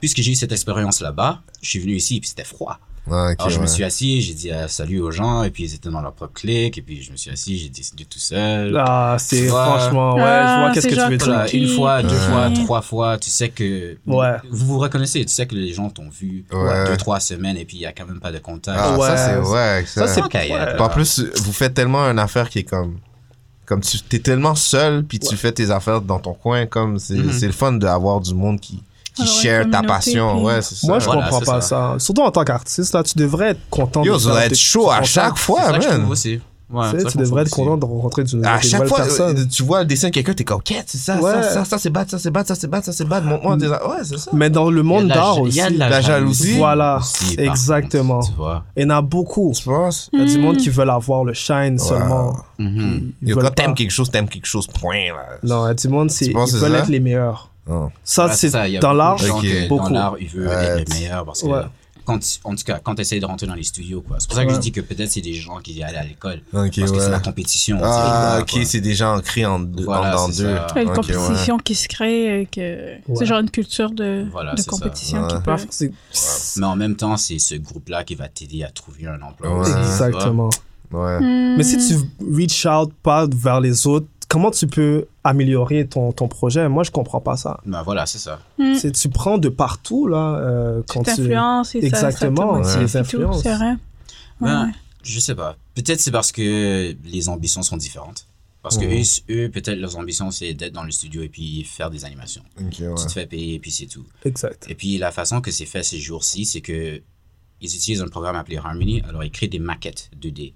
puisque j'ai eu cette expérience là-bas, je suis venu ici et puis c'était froid. Ah, ok, Alors je me ouais. suis assis, j'ai dit euh, salut aux gens et puis ils étaient dans leur propre clique et puis je me suis assis, j'ai décidé tout seul. Ah, c'est Ouais. franchement, ouais, je Ah, vois qu'est-ce c'est que tu veux genre- dire. Voilà, une fois, deux Ouais. fois, trois fois, tu sais que Ouais. vous vous reconnaissez, tu sais que les gens t'ont vu Ouais. deux, trois semaines et puis il n'y a quand même pas de contact. Ah, Ouais. ça, c'est ouais. Ça, c'est Ok, euh, Puis En plus, vous faites tellement une affaire qui est comme. Comme tu t'es tellement seul, puis tu fais tes affaires dans ton coin, comme c'est Mhm. c'est le fun d'avoir du monde qui, qui Ouais, share ta Mm-hmm. communauté, passion. puis- Ouais, c'est ça. Moi, je Voilà, comprends c'est pas ça. Surtout en tant qu'artiste, là, tu devrais être content. Yo, de ça doit faire être tes- chaud à tes chaque contacts. Ah, fois, C'est ça que je man. trouve aussi. Ouais, Tu sais, c'est ça tu que je trouve devrais être aussi. content de rencontrer d'une À des chaque nouvelles fois, personnes. euh, tu vois le dessin de quelqu'un, t'es comme, OK, c'est ça, Ouais. ça, ça, ça, c'est bad, ça, c'est bad, ça, c'est bad, ça, c'est bad. Montre-moi Mm. tes- Ouais, c'est ça. Mais dans le Il y a monde de la- d'art il aussi, y a de la, la jalousie. Voilà, aussi, par contre, exactement. tu vois. il y en a beaucoup. Tu penses? Mm. Il y a du monde qui veulent avoir le shine seulement. Mhm. Ils Yo, veulent quand pas. t'aimes quelque chose, t'aimes quelque chose, point, là. Non, il y a du monde, c'est, Tu ils penses que c'est veulent ça? être les meilleurs. Oh. Ça, Ouais, c'est, ça, il y a dans beaucoup de l'art, gens qui, beaucoup. Dans l'art, ils veulent Ouais. être les meilleurs parce que. Ouais. Quand, tu- en tout cas, quand tu essayes de rentrer dans les studios, quoi. C'est pour ça que je dis que peut-être c'est des gens qui allaient à l'école. Ok, parce que c'est ouais. la compétition. Ah, tu sais, ok, c'est des gens ancrés en deux. Voilà, en c'est deux. ça. Il y a une Ok, ouais. compétition qui se crée, et que Ouais. c'est genre une culture de, Voilà, de c'est ça. compétition qui Ouais. peut... C'est- Mais en même temps, c'est ce groupe-là qui va t'aider à trouver un emploi. Ouais. aussi, tu vois. Exactement. Ouais. Hmm, Mais si tu reach out pas vers les autres, comment tu peux améliorer ton, ton projet Moi, je comprends pas ça. Ben voilà, c'est ça. Mm. C'est tu prends de partout là euh, quand Tu t'influences et ça- Exactement, ça, te ouais. motive et tout, Influence. C'est vrai. Ben, Ouais. je sais pas. Peut-être c'est parce que les ambitions sont différentes. Parce Mhm. que eux, eux, peut-être leurs ambitions, c'est d'être dans le studio et puis faire des animations. Ok, ouais. Tu te fais payer et puis c'est tout. Exact. Et puis la façon que c'est fait ces jours-ci, c'est que ils utilisent un programme appelé Harmony. Alors ils créent des maquettes 2D.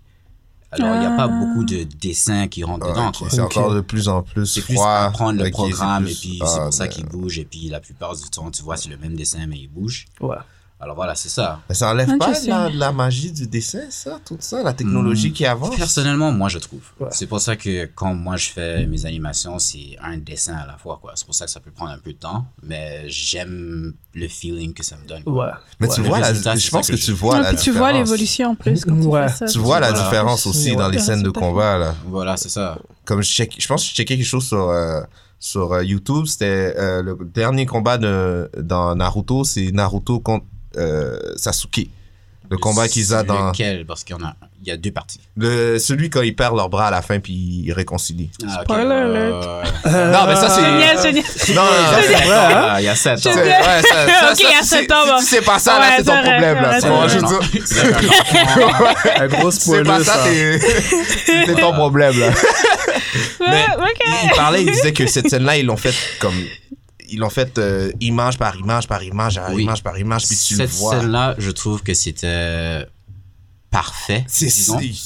Alors il n'y a Ah. pas beaucoup de dessins qui rentrent Ah, dedans. ok, quoi. C'est Ok. encore de plus en plus C'est plus froid. prendre Ok, le c'est programme plus- et puis ah, c'est pour ça mais- qu'il bouge. Et puis la plupart du temps, tu vois, c'est le même dessin mais il bouge. Ouais. Alors voilà, c'est ça. Mais ça enlève pas Interesting. la, la magie du dessin, ça, tout ça, la technologie Hmm. qui avance. Personnellement, moi, je trouve. Ouais. C'est pour ça que quand moi je fais mes animations, c'est un dessin à la fois, quoi. C'est pour ça que ça peut prendre un peu de temps, mais j'aime le feeling que ça me donne. quoi. Ouais. Mais tu Ouais, vois, le la, résultat, je c'est pense ça que, que tu je- vois Ouais, la puis tu vois différence. l'évolution en plus quand tu Ouais. fais ça. Tu vois la Voilà. différence aussi Ouais. dans les Le scènes de résultat. combat, là. Voilà, c'est ça. Comme je, check, je pense que je checkais quelque chose sur, euh, sur euh, YouTube, c'était euh, le dernier combat de, dans Naruto, c'est Naruto contre euh, Sasuke. Le combat qu'ils ont dans... Lequel Parce qu'il y en a, il y a deux parties. Le, celui quand ils perdent leur bras à la fin puis ils réconcilient. Ah, ok. Spoiler alert. Euh, Non, mais ça, c'est- euh, Génial, [LAUGHS] génial. Non, non, non, il y a c'est- sept ans, là, Il y a sept hein. c'est- ans. ouais, ça- ça- ça, Ok, il y a si- sept ans, si- bon. si c'est pas ça, là, Ouais, c'est ton c'est vrai, problème, là. ouais, Tu c'est vois, vrai. je veux [LAUGHS] dire, C'est un enfant. [LAUGHS] Un gros C'est spoiler. pas ça, ça. t'es- c'est ton problème, là. Ouais, Mais- ok. il, il parlait, il disait que cette scène-là, ils l'ont faite comme. Ils l'ont faite euh, image par image par image, à Oui. image par image, puis tu le Cette vois. scène-là, je trouve que c'était parfait. C'est disons. c'est-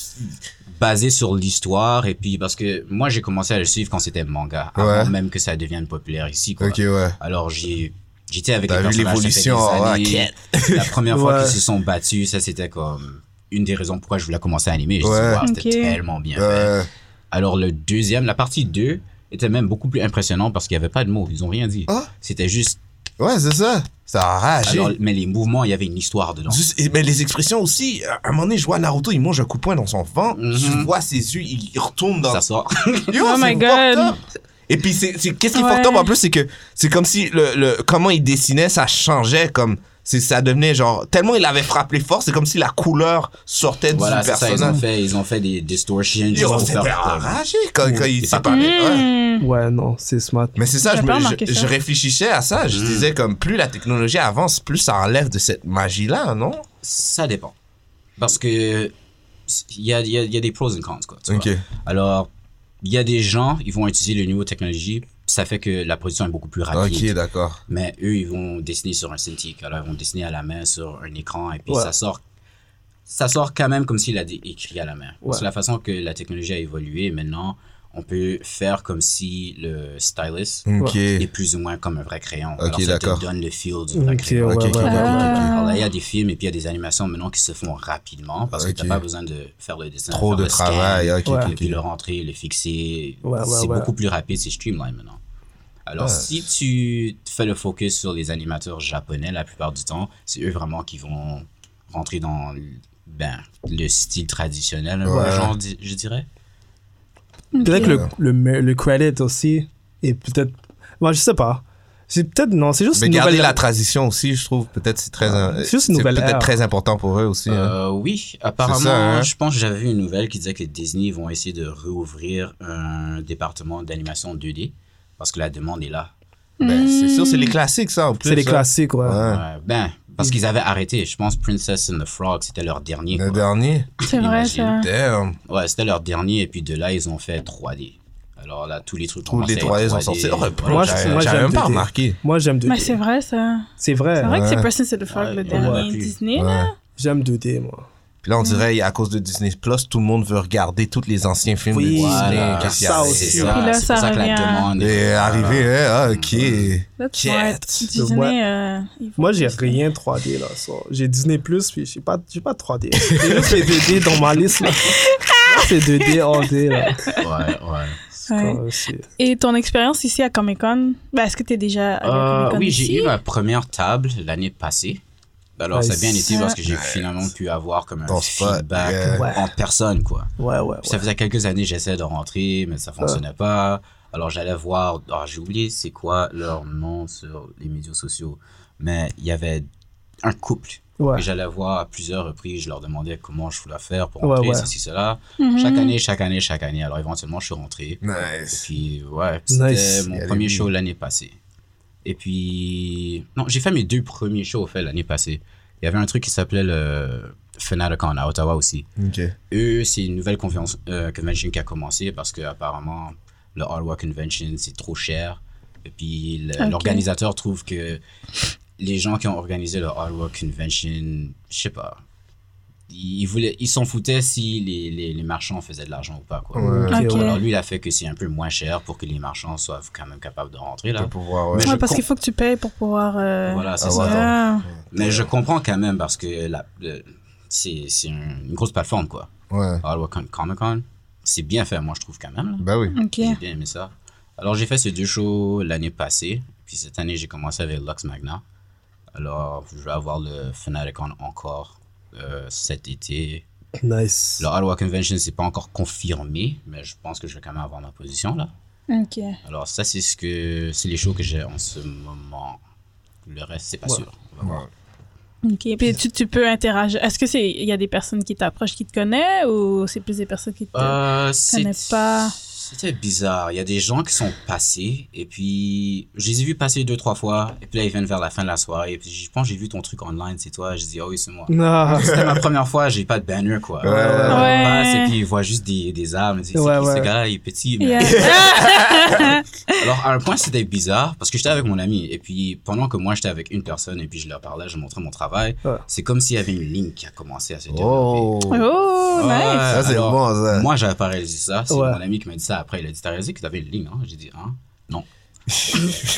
basé sur l'histoire et puis parce que moi j'ai commencé à le suivre quand c'était manga Ouais. avant même que ça devienne populaire ici quoi. Ok, ouais. alors j'ai j'étais avec T'as les vu personnages l'évolution, ah, ça fait des ouais, années. la première [LAUGHS] fois Ouais. qu'ils se sont battus ça c'était comme une des raisons pourquoi je voulais commencer à animer J'ai dit, Ouais. Wow, c'était Ok. tellement bien fait Euh, alors le deuxième la partie 2 était même beaucoup plus impressionnant parce qu'il y avait pas de mots ils ont rien dit Ah. c'était juste ouais, c'est ça. Ça a ragé. alors, mais les mouvements il y avait une histoire dedans Juste- et- mais les expressions aussi. À un moment donné, je vois Naruto, il mange un coup de poing dans son ventre. Mhm. Je vois ses yeux, il il retourne dans. [LAUGHS] ça sort Yo, Oh c'est my God. fucked up. Et puis, c'est c'est- qu'est-ce qui est Ouais. fucked up en plus, c'est que c'est comme si le, le- comment il dessinait, ça changeait comme. c'est- Ça devenait genre. Tellement il avait frappé fort, c'est comme si la couleur sortait voilà du c'est ça ils ont personnage. fait ils ont fait des distortions juste Yo, pour c'était faire comme- enragé quand, quand il Et s'est ça- parlé. ouais. Hmm. Ouais, non, c'est smart. Mais c'est ça, J'ai je, me- pas remarqué je- ça. je réfléchissais à ça. Mm. Je disais comme plus la technologie avance, plus ça enlève de cette magie-là, non? Ça dépend. Parce que il y a, il y a- il y a des pros et cons. Quoi, tu vois. Alors, il y a des gens, ils vont utiliser les nouvelles technologies. Ça fait que la production est beaucoup plus rapide. d'accord. Mais eux, ils vont dessiner sur un synthétique. Alors, ils vont dessiner à la main sur un écran. Et puis, Ouais. ça sort ça sort quand même comme s'il a dé- écrit à la main. Ouais. C'est la façon que la technologie a évolué. Maintenant, on peut faire comme si le stylus Ok. est plus ou moins comme un vrai crayon. Ok, Alors, ça d'accord. te donne le feel du vrai Ok, crayon. ouais, Ok, ouais, ok, ouais. ok, ok. Ah. Alors là, il y a des films et puis il y a des animations maintenant qui se font rapidement parce que Ok. tu pas besoin de faire le dessin. Trop faire Ah, de le scan, travail, ok, Ouais. ok, Et ok. puis le rentrer, le fixer. Ouais, ouais, c'est ouais. beaucoup plus rapide, c'est streamline maintenant. Alors Ah. si tu fais le focus sur les animateurs japonais la plupart du temps, c'est eux vraiment qui vont rentrer dans l- ben, le style traditionnel, un peu, Ouais. genre, di- je dirais. Peut-être que le, Ouais. le, me- le credit aussi et peut-être. Moi, je sais pas. C'est peut-être. Non, c'est juste Mais une garder nouvelle. la transition aussi, je trouve peut-être c'est très euh, C'est juste une nouvelle peut-être ère. très important pour eux aussi. hein. Euh, oui, apparemment, C'est ça, hein. je pense que j'avais vu une nouvelle qui disait que Disney vont essayer de réouvrir un département d'animation 2D parce que la demande est là. Ben, c'est sûr, c'est les classiques ça en plus. Hmm. c'est les hein. classiques, ouais. Ouais. Mm. Euh, ben, parce qu'ils avaient arrêté. Je pense Princess and the Frog, c'était leur dernier. Le quoi. dernier. C'est vrai, Ah. ça. Damn. Ouais, c'était leur dernier. Et puis de là, ils ont fait 3D. Alors là, tous les trucs Tous les trois, ils ont sorti. Oh, Ah, Moi, moi, je- moi, j'avais j'aime même pas deux D. remarqué. Moi, j'aime 2D. Mais Ben, c'est vrai, ça. C'est vrai. hein. C'est vrai que c'est Ouais. Person c'est le Frog, le Ouais, dernier ouais. Disney. Ouais. J'aime 2D, moi. Puis Hmm. là, on dirait, à cause de Disney Plus, tout le monde veut regarder tous les anciens films de Oui, Disney. voilà. qu'est-ce qu'il y Ça avait. aussi. C'est Puis là, ça, c'est ça pour ça que la revient. demande. Et arrivé, hein, ah, ok. That's Shit. smart. Disney, Moi- euh, ils vont Moi, j'ai plus- rien 3D, là. ça. J'ai Disney+, puis j'ai pas, j'ai pas 3D. J'ai juste les 2D dans ma liste, là. Moi, c'est 2D all day, là. Ouais, ouais. C'est Ouais. comme- c'est- Et ton expérience ici à Comic Con ben, Est-ce que tu es déjà allé Ah, à Euh, Comic Con oui, ici? j'ai eu ma première table l'année passée. Alors, ça a bien Nice. été parce que j'ai finalement pu avoir comme un Ton spot, feedback yeah. Ouais. en personne, quoi. Ouais, ouais, Puis Ça faisait quelques années j'essayais de rentrer, mais ça fonctionnait pas. Alors, j'allais voir... ah, j'ai oublié c'est quoi leur nom sur les médias sociaux. Mais il y avait un couple Ouais. Et j'allais voir à plusieurs reprises, je leur demandais comment je voulais faire pour Ouais, rentrer, ouais. ceci, cela. Mhm. Chaque année, chaque année, chaque année. Alors éventuellement, je suis rentré. Hmm. Et Nice. puis, ouais, c'était Nice. mon Allez, premier oui. show l'année passée. Et puis, non, j'ai fait mes deux premiers shows, au fait, l'année passée. Il y avait un truc qui s'appelait le Fanaticon à Ottawa aussi. Ok. Ah. Eux, c'est une nouvelle confiance- euh, convention qui a commencé parce que apparemment le Ottawa Convention, c'est trop cher. Et puis, le- Ok. l'organisateur trouve que les gens qui ont organisé le Ottawa Convention, je sais pas, ils voulaient- ils s'en foutaient si les, les- les marchands faisaient de l'argent ou pas, quoi. Ouais. Ok. Alors lui, il a fait que c'est un peu moins cher pour que les marchands soient quand même capables de rentrer Pour là. pouvoir, ouais. Mais Ouais, je parce com- qu'il faut que tu payes pour pouvoir. euh, Voilà, c'est Ah, ça. ouais. ah, Mais je comprends quand même parce que la- le- c'est c'est un- une grosse plateforme quoi. Ouais. Ottawa Con- Ah, Comic Con, c'est bien fait, moi je trouve quand même. là. Bah oui. ok. J'ai bien aimé ça. Alors j'ai fait ces deux shows l'année passée, puis cette année j'ai commencé avec Lux Magna. Alors je vais avoir le Fanaticon encore euh, cet été. Nice. Le Ottawa Convention, c'est pas encore confirmé, mais je pense que je vais quand même avoir ma position là. Ok. Alors ça, c'est ce que c'est les shows que j'ai en ce moment. Le reste, c'est pas Ouais. sûr. On va voir. Ok. Puis tu, tu peux interagir. Est-ce que c'est il y a des personnes qui t'approchent, qui te connaissent, ou c'est plus des personnes qui te. Euh, connais c'est- pas. C'était bizarre. Il y a des gens qui sont passés et puis je les ai vus passer deux, trois fois. Et puis là, ils viennent vers la fin de la soirée. Et puis je pense que j'ai vu ton truc online, c'est toi. Je dis, ah oui, [LAUGHS] c'est moi. Ah, Euh, C'était ma première fois, j'ai pas de banner quoi. Ouais, ouais, ouais. On Ouais. passe, et puis ils voient juste des, des armes. Ils disent, c'est Ouais, qui ouais. ce gars-là, il est petit. mais- Yeah. [LAUGHS] Alors, à un point, c'était bizarre parce que j'étais avec mon ami et puis pendant que moi j'étais avec une personne et puis je leur parlais, je montrais mon travail, Ouais. c'est comme s'il y avait une ligne qui a commencé à se développer. Oh. oh, Ah, Ouais, nice. Ça, c'est alors, bon, ça. Moi, j'avais pas réalisé ça. C'est Ouais. mon ami qui m'a dit ça après. Il a dit T'as réalisé que t'avais une ligne, hein J'ai dit Hein [LAUGHS] Non.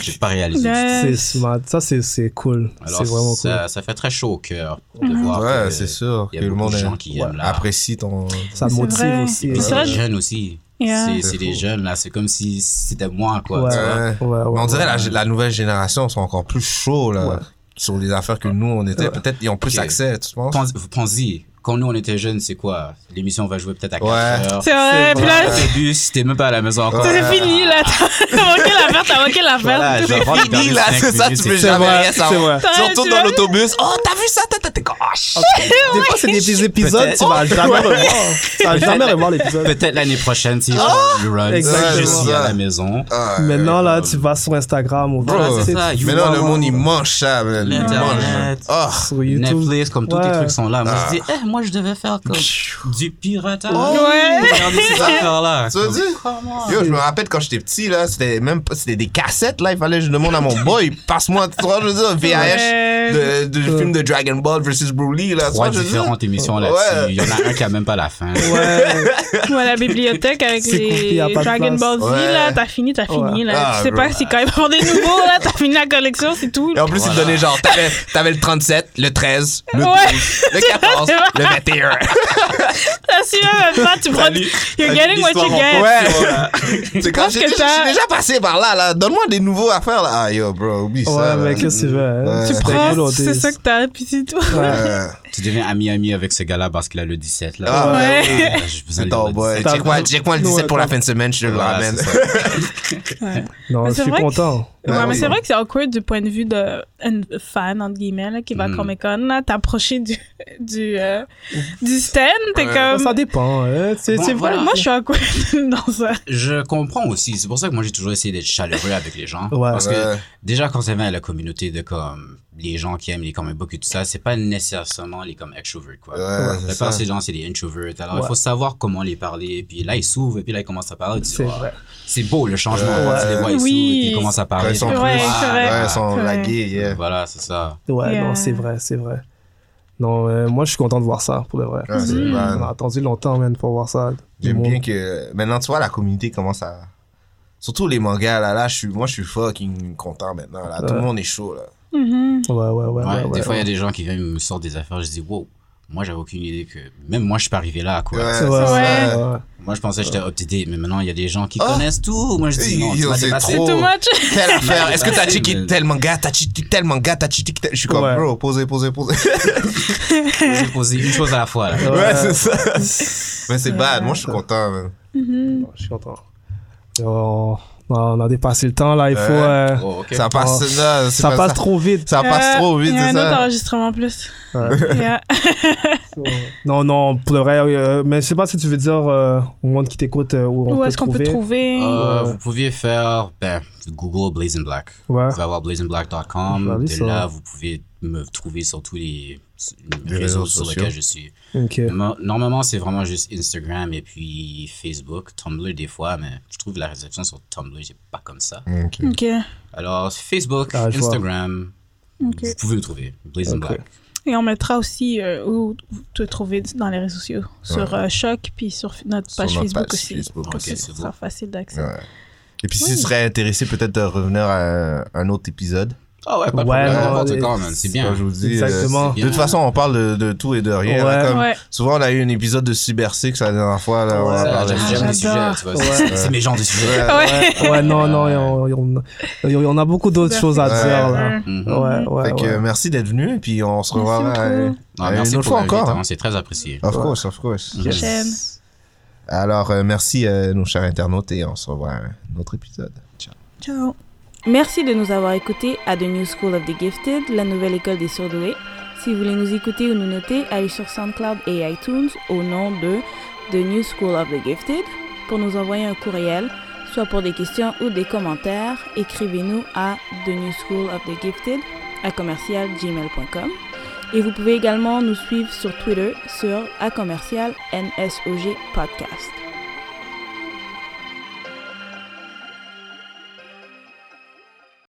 J'ai pas réalisé. Ouais. c'est smart. Ça, c'est- c'est cool. Alors, C'est vraiment ça, cool. ça fait très chaud au cœur de voir. Ouais, que c'est sûr Il que y a le beaucoup monde de est- gens qui ouais, aiment l'art. apprécie ton. Ça C'est motive vrai. aussi. Puis Ouais. c'est Ouais. des jeunes aussi. Yeah. C'est- C'est C'est des fou. jeunes là. C'est comme si c'était moi quoi. Ouais. tu vois. Ouais. Ouais, ouais, Mais on dirait ouais. la, la nouvelle génération sont encore plus chauds là, Ouais. sur les affaires que nous on était. Ouais. Peut-être ils ont plus Ok. accès, tu penses? [LAUGHS] Pense- vous Pensez, quand nous on était jeunes, c'est quoi L'émission va jouer peut-être à 4 Ouais. heures. C'est vrai. C'est Puis là, Au début, si t'es même pas à la maison encore. Ça, C'est fini, là. [LAUGHS] T'as manqué l'affaire, t'as manqué Voilà, l'affaire. [LAUGHS] genre, avant de Fini, garder là, cinq c'est ça, minutes, tu peux c'est- C'est jamais vrai, rien savoir. c'est vrai. Tu Ouais, retournes tu dans vois. l'autobus. Oh, t'as vu ça? T'as- t'as- T'es comme. Oh, shit. Des fois, c'est des épisodes, tu vas Oh, jamais revoir. Tu vas jamais revoir l'épisode. Peut-être l'année prochaine, si je Oh! run, Exactement. je suis à la maison. Ah, Maintenant, là, ouais. tu vas sur Instagram ou Bro, Voilà, c'est ça, you maintenant are le one. monde il mange ça, man. il mange. L'Internet. Oh, sur YouTube. Netflix, comme tous Ouais. les trucs sont là. Moi, Ah. je dis, eh, moi, je devais faire comme du piratage. Ouais. Regardez ces affaires-là. tu veux Comme- dire? Yo, je me rappelle quand j'étais petit là, c'était même pas- c'était des cassettes là, il fallait que je demande à mon boy, passe-moi trois, je veux dire, VHS de, Ouais. de film de Dragon Ball versus Broly là, tu vois, Trois je veux dire. différentes émissions Ouais. là-dessus. Il y en a un qui a même pas la fin. Ouais. Ou à la bibliothèque avec C'est coupé, les y a pas de Dragon place. Ball Z, Ouais. là. T'as fini, t'as fini, là. Ah, Tu sais bro. pas si quand ils font des nouveaux, là, t'as fini la collection, c'est tout. Et en plus, il te donnait genre, t'avais, t'avais le 37, le 13, le 12, Ouais. le 14, le 21. [LAUGHS] T'as su même pas, tu prends. Salut. You're getting what L'histoire you en get. Ouais. C'est quand Parce j'ai que déjà, t'as- j'ai déjà passé par là, là. Donne-moi des nouveaux à faire, là. Ah, yo, bro, oublie ça. Ouais, mais qu'est-ce que hein? c'est vrai? Ouais. Tu prends, c'est ça que t'as, puis c'est tout. Euh, Tu deviens ami-ami avec ce gars-là parce qu'il a le 17. Là. Ah, Ouais. Ah, j'ai C'est besoin de ton le boy. 17. Check-moi check-moi le Ouais, 17 pour la attends. fin de semaine, je te le Voilà, ramène. c'est Non, Mais je c'est suis vrai que- content. Ouais, Ouais, mais oui. c'est vrai que c'est awkward du point de vue de une fan, entre guillemets, là, qui va à Mm. Comic Con, là, t'approcher du, du, euh, du stand, t'es comme. Ça dépend. hein. C'est Bon, c'est voilà. Moi, je suis awkward [LAUGHS] dans ça. Je comprends aussi. C'est pour ça que moi, j'ai toujours essayé d'être chaleureux avec les gens. Ouais. parce que Ouais. déjà, quand ça vient à la communauté de comme les gens qui aiment les comic books et tout ça, c'est pas nécessairement les comme extroverts, quoi. Ouais, c'est La ça. plupart de ces gens, c'est des introverts. Alors, Ouais. il faut savoir comment les parler. Et puis là, ils s'ouvrent. Et puis là, ils commencent à parler. Tu C'est vois. vrai. C'est beau le changement. Ouais. Tu les vois, Oui. ils s'ouvrent. Et puis ils commencent à parler. Ils sont Puis, plus- Ouais, ah, c'est vrai. Ouais, ils sont Ouais. lagués, yeah. Voilà, c'est ça. Ouais, Yeah. non, c'est vrai, c'est vrai. Non, euh, moi, je suis content de voir ça, pour de vrai. Ouais, c'est vrai. On a attendu longtemps, man, pour voir ça. Du J'aime monde. bien que maintenant tu vois la communauté commence à surtout les mangas là là je suis moi je suis fucking content maintenant là tout le Ouais. monde est chaud là. Mhm. Ouais, ouais, ouais. Ouais, ouais, des ouais, fois, il y a des gens qui viennent me sortent des affaires. Je dis, wow, moi, j'avais aucune idée que. Même moi, je suis pas arrivé là, quoi. Ouais, Ouais, c'est ouais, ça. ouais, ouais. Moi, je pensais que j'étais up-to-date. Mais maintenant, il y a des gens qui Ah. connaissent tout. Moi, je dis, non, tu Yo, m'as c'est dépassé. trop. Too much. [LAUGHS] Telle affaire, est-ce que t'as Ouais. checké tel manga, t'as checké tel manga, t'as checké tel... Je suis comme, Ouais. bro, posez, posez, posez. J'ai posé une chose à la fois, là. [LAUGHS] Ouais. Ouais, c'est ça. Mais c'est bad, moi je suis content. man. Mhm. Non, Je suis content. Yo, non, on a dépassé le temps, là. Il Ouais. faut. euh, Oh, ok. Ça passe, Oh. là, c'est ça pas passe trop vite. Ça Ah, passe [LAUGHS] Euh, trop vite, Il y a c'est un autre ça. enregistrement en plus. Yeah. Non, non, pour le vrai, euh, mais je sais pas si tu veux dire euh, au monde qui t'écoute euh, où on Où peut est-ce qu'on peut trouver? trouver. Ah. Euh, Ouais. Vous pouviez faire ben, Google Blazing Black. Ouais. Vous allez voir Je vais blazingblack.com. aller De sur- là, vous pouvez me trouver sur tous les sur- Les réseaux, réseaux sur sociaux. lesquels je suis. Ok. Mo- Normalement, c'est vraiment juste Instagram et puis Facebook, Tumblr des fois, mais je trouve la réception sur Tumblr, c'est pas comme ça. Ok. OK. Alors, Facebook, Ah, je vois. Instagram, Ok. vous pouvez me trouver. Blazing Ok. Black. Et on mettra aussi euh, où te trouver dans les réseaux sociaux. Sur euh, Choc, puis sur notre Sur page notre Facebook page aussi. Facebook Comme aussi, ça, c'est ça sera bon. facile d'accès. Ouais. Et puis, Oui. si tu serais intéressé peut-être de revenir à un autre épisode. Ah ouais, pas de Ouais, problème, non, n'importe les- quand, man, c'est bien. Comme je vous dis, euh, Exactement. c'est- de toute façon, on parle de, de tout et de rien. Ouais. là, comme- [LAUGHS] Ouais. Souvent, on a eu un épisode de Cyber Six la dernière fois. Là, on Ouais, en parlait. J'aime j'aime les sujets, j'adore. tu vois. c'est- Ouais. C'est mes genres de sujets. Ouais. Ouais. Ouais, non, non, y en- y en- y en- y en- on a beaucoup d'autres choses à Ouais. dire là. Mhm. Ouais, ouais. Fait que, ouais. euh, merci d'être venu et puis on se Merci revoit euh, beaucoup. Non, euh, merci une autre pour fois encore. l'invitation, hein. c'est très apprécié. Of course, of course. Yes. Prochaine. Alors, euh, merci euh, nos chers internautes et on se revoit à un autre épisode. Ciao. Ciao. Merci de nous avoir écoutés à The New School of the Gifted, la nouvelle école des surdoués. Si vous voulez nous écouter ou nous noter, allez sur SoundCloud et iTunes au nom de The New School of the Gifted pour nous envoyer un courriel, soit pour des questions ou des commentaires. Écrivez-nous à The New School of the Gifted à commercialgmail.com. Et vous pouvez également nous suivre sur Twitter sur à commercial NSOG Podcast.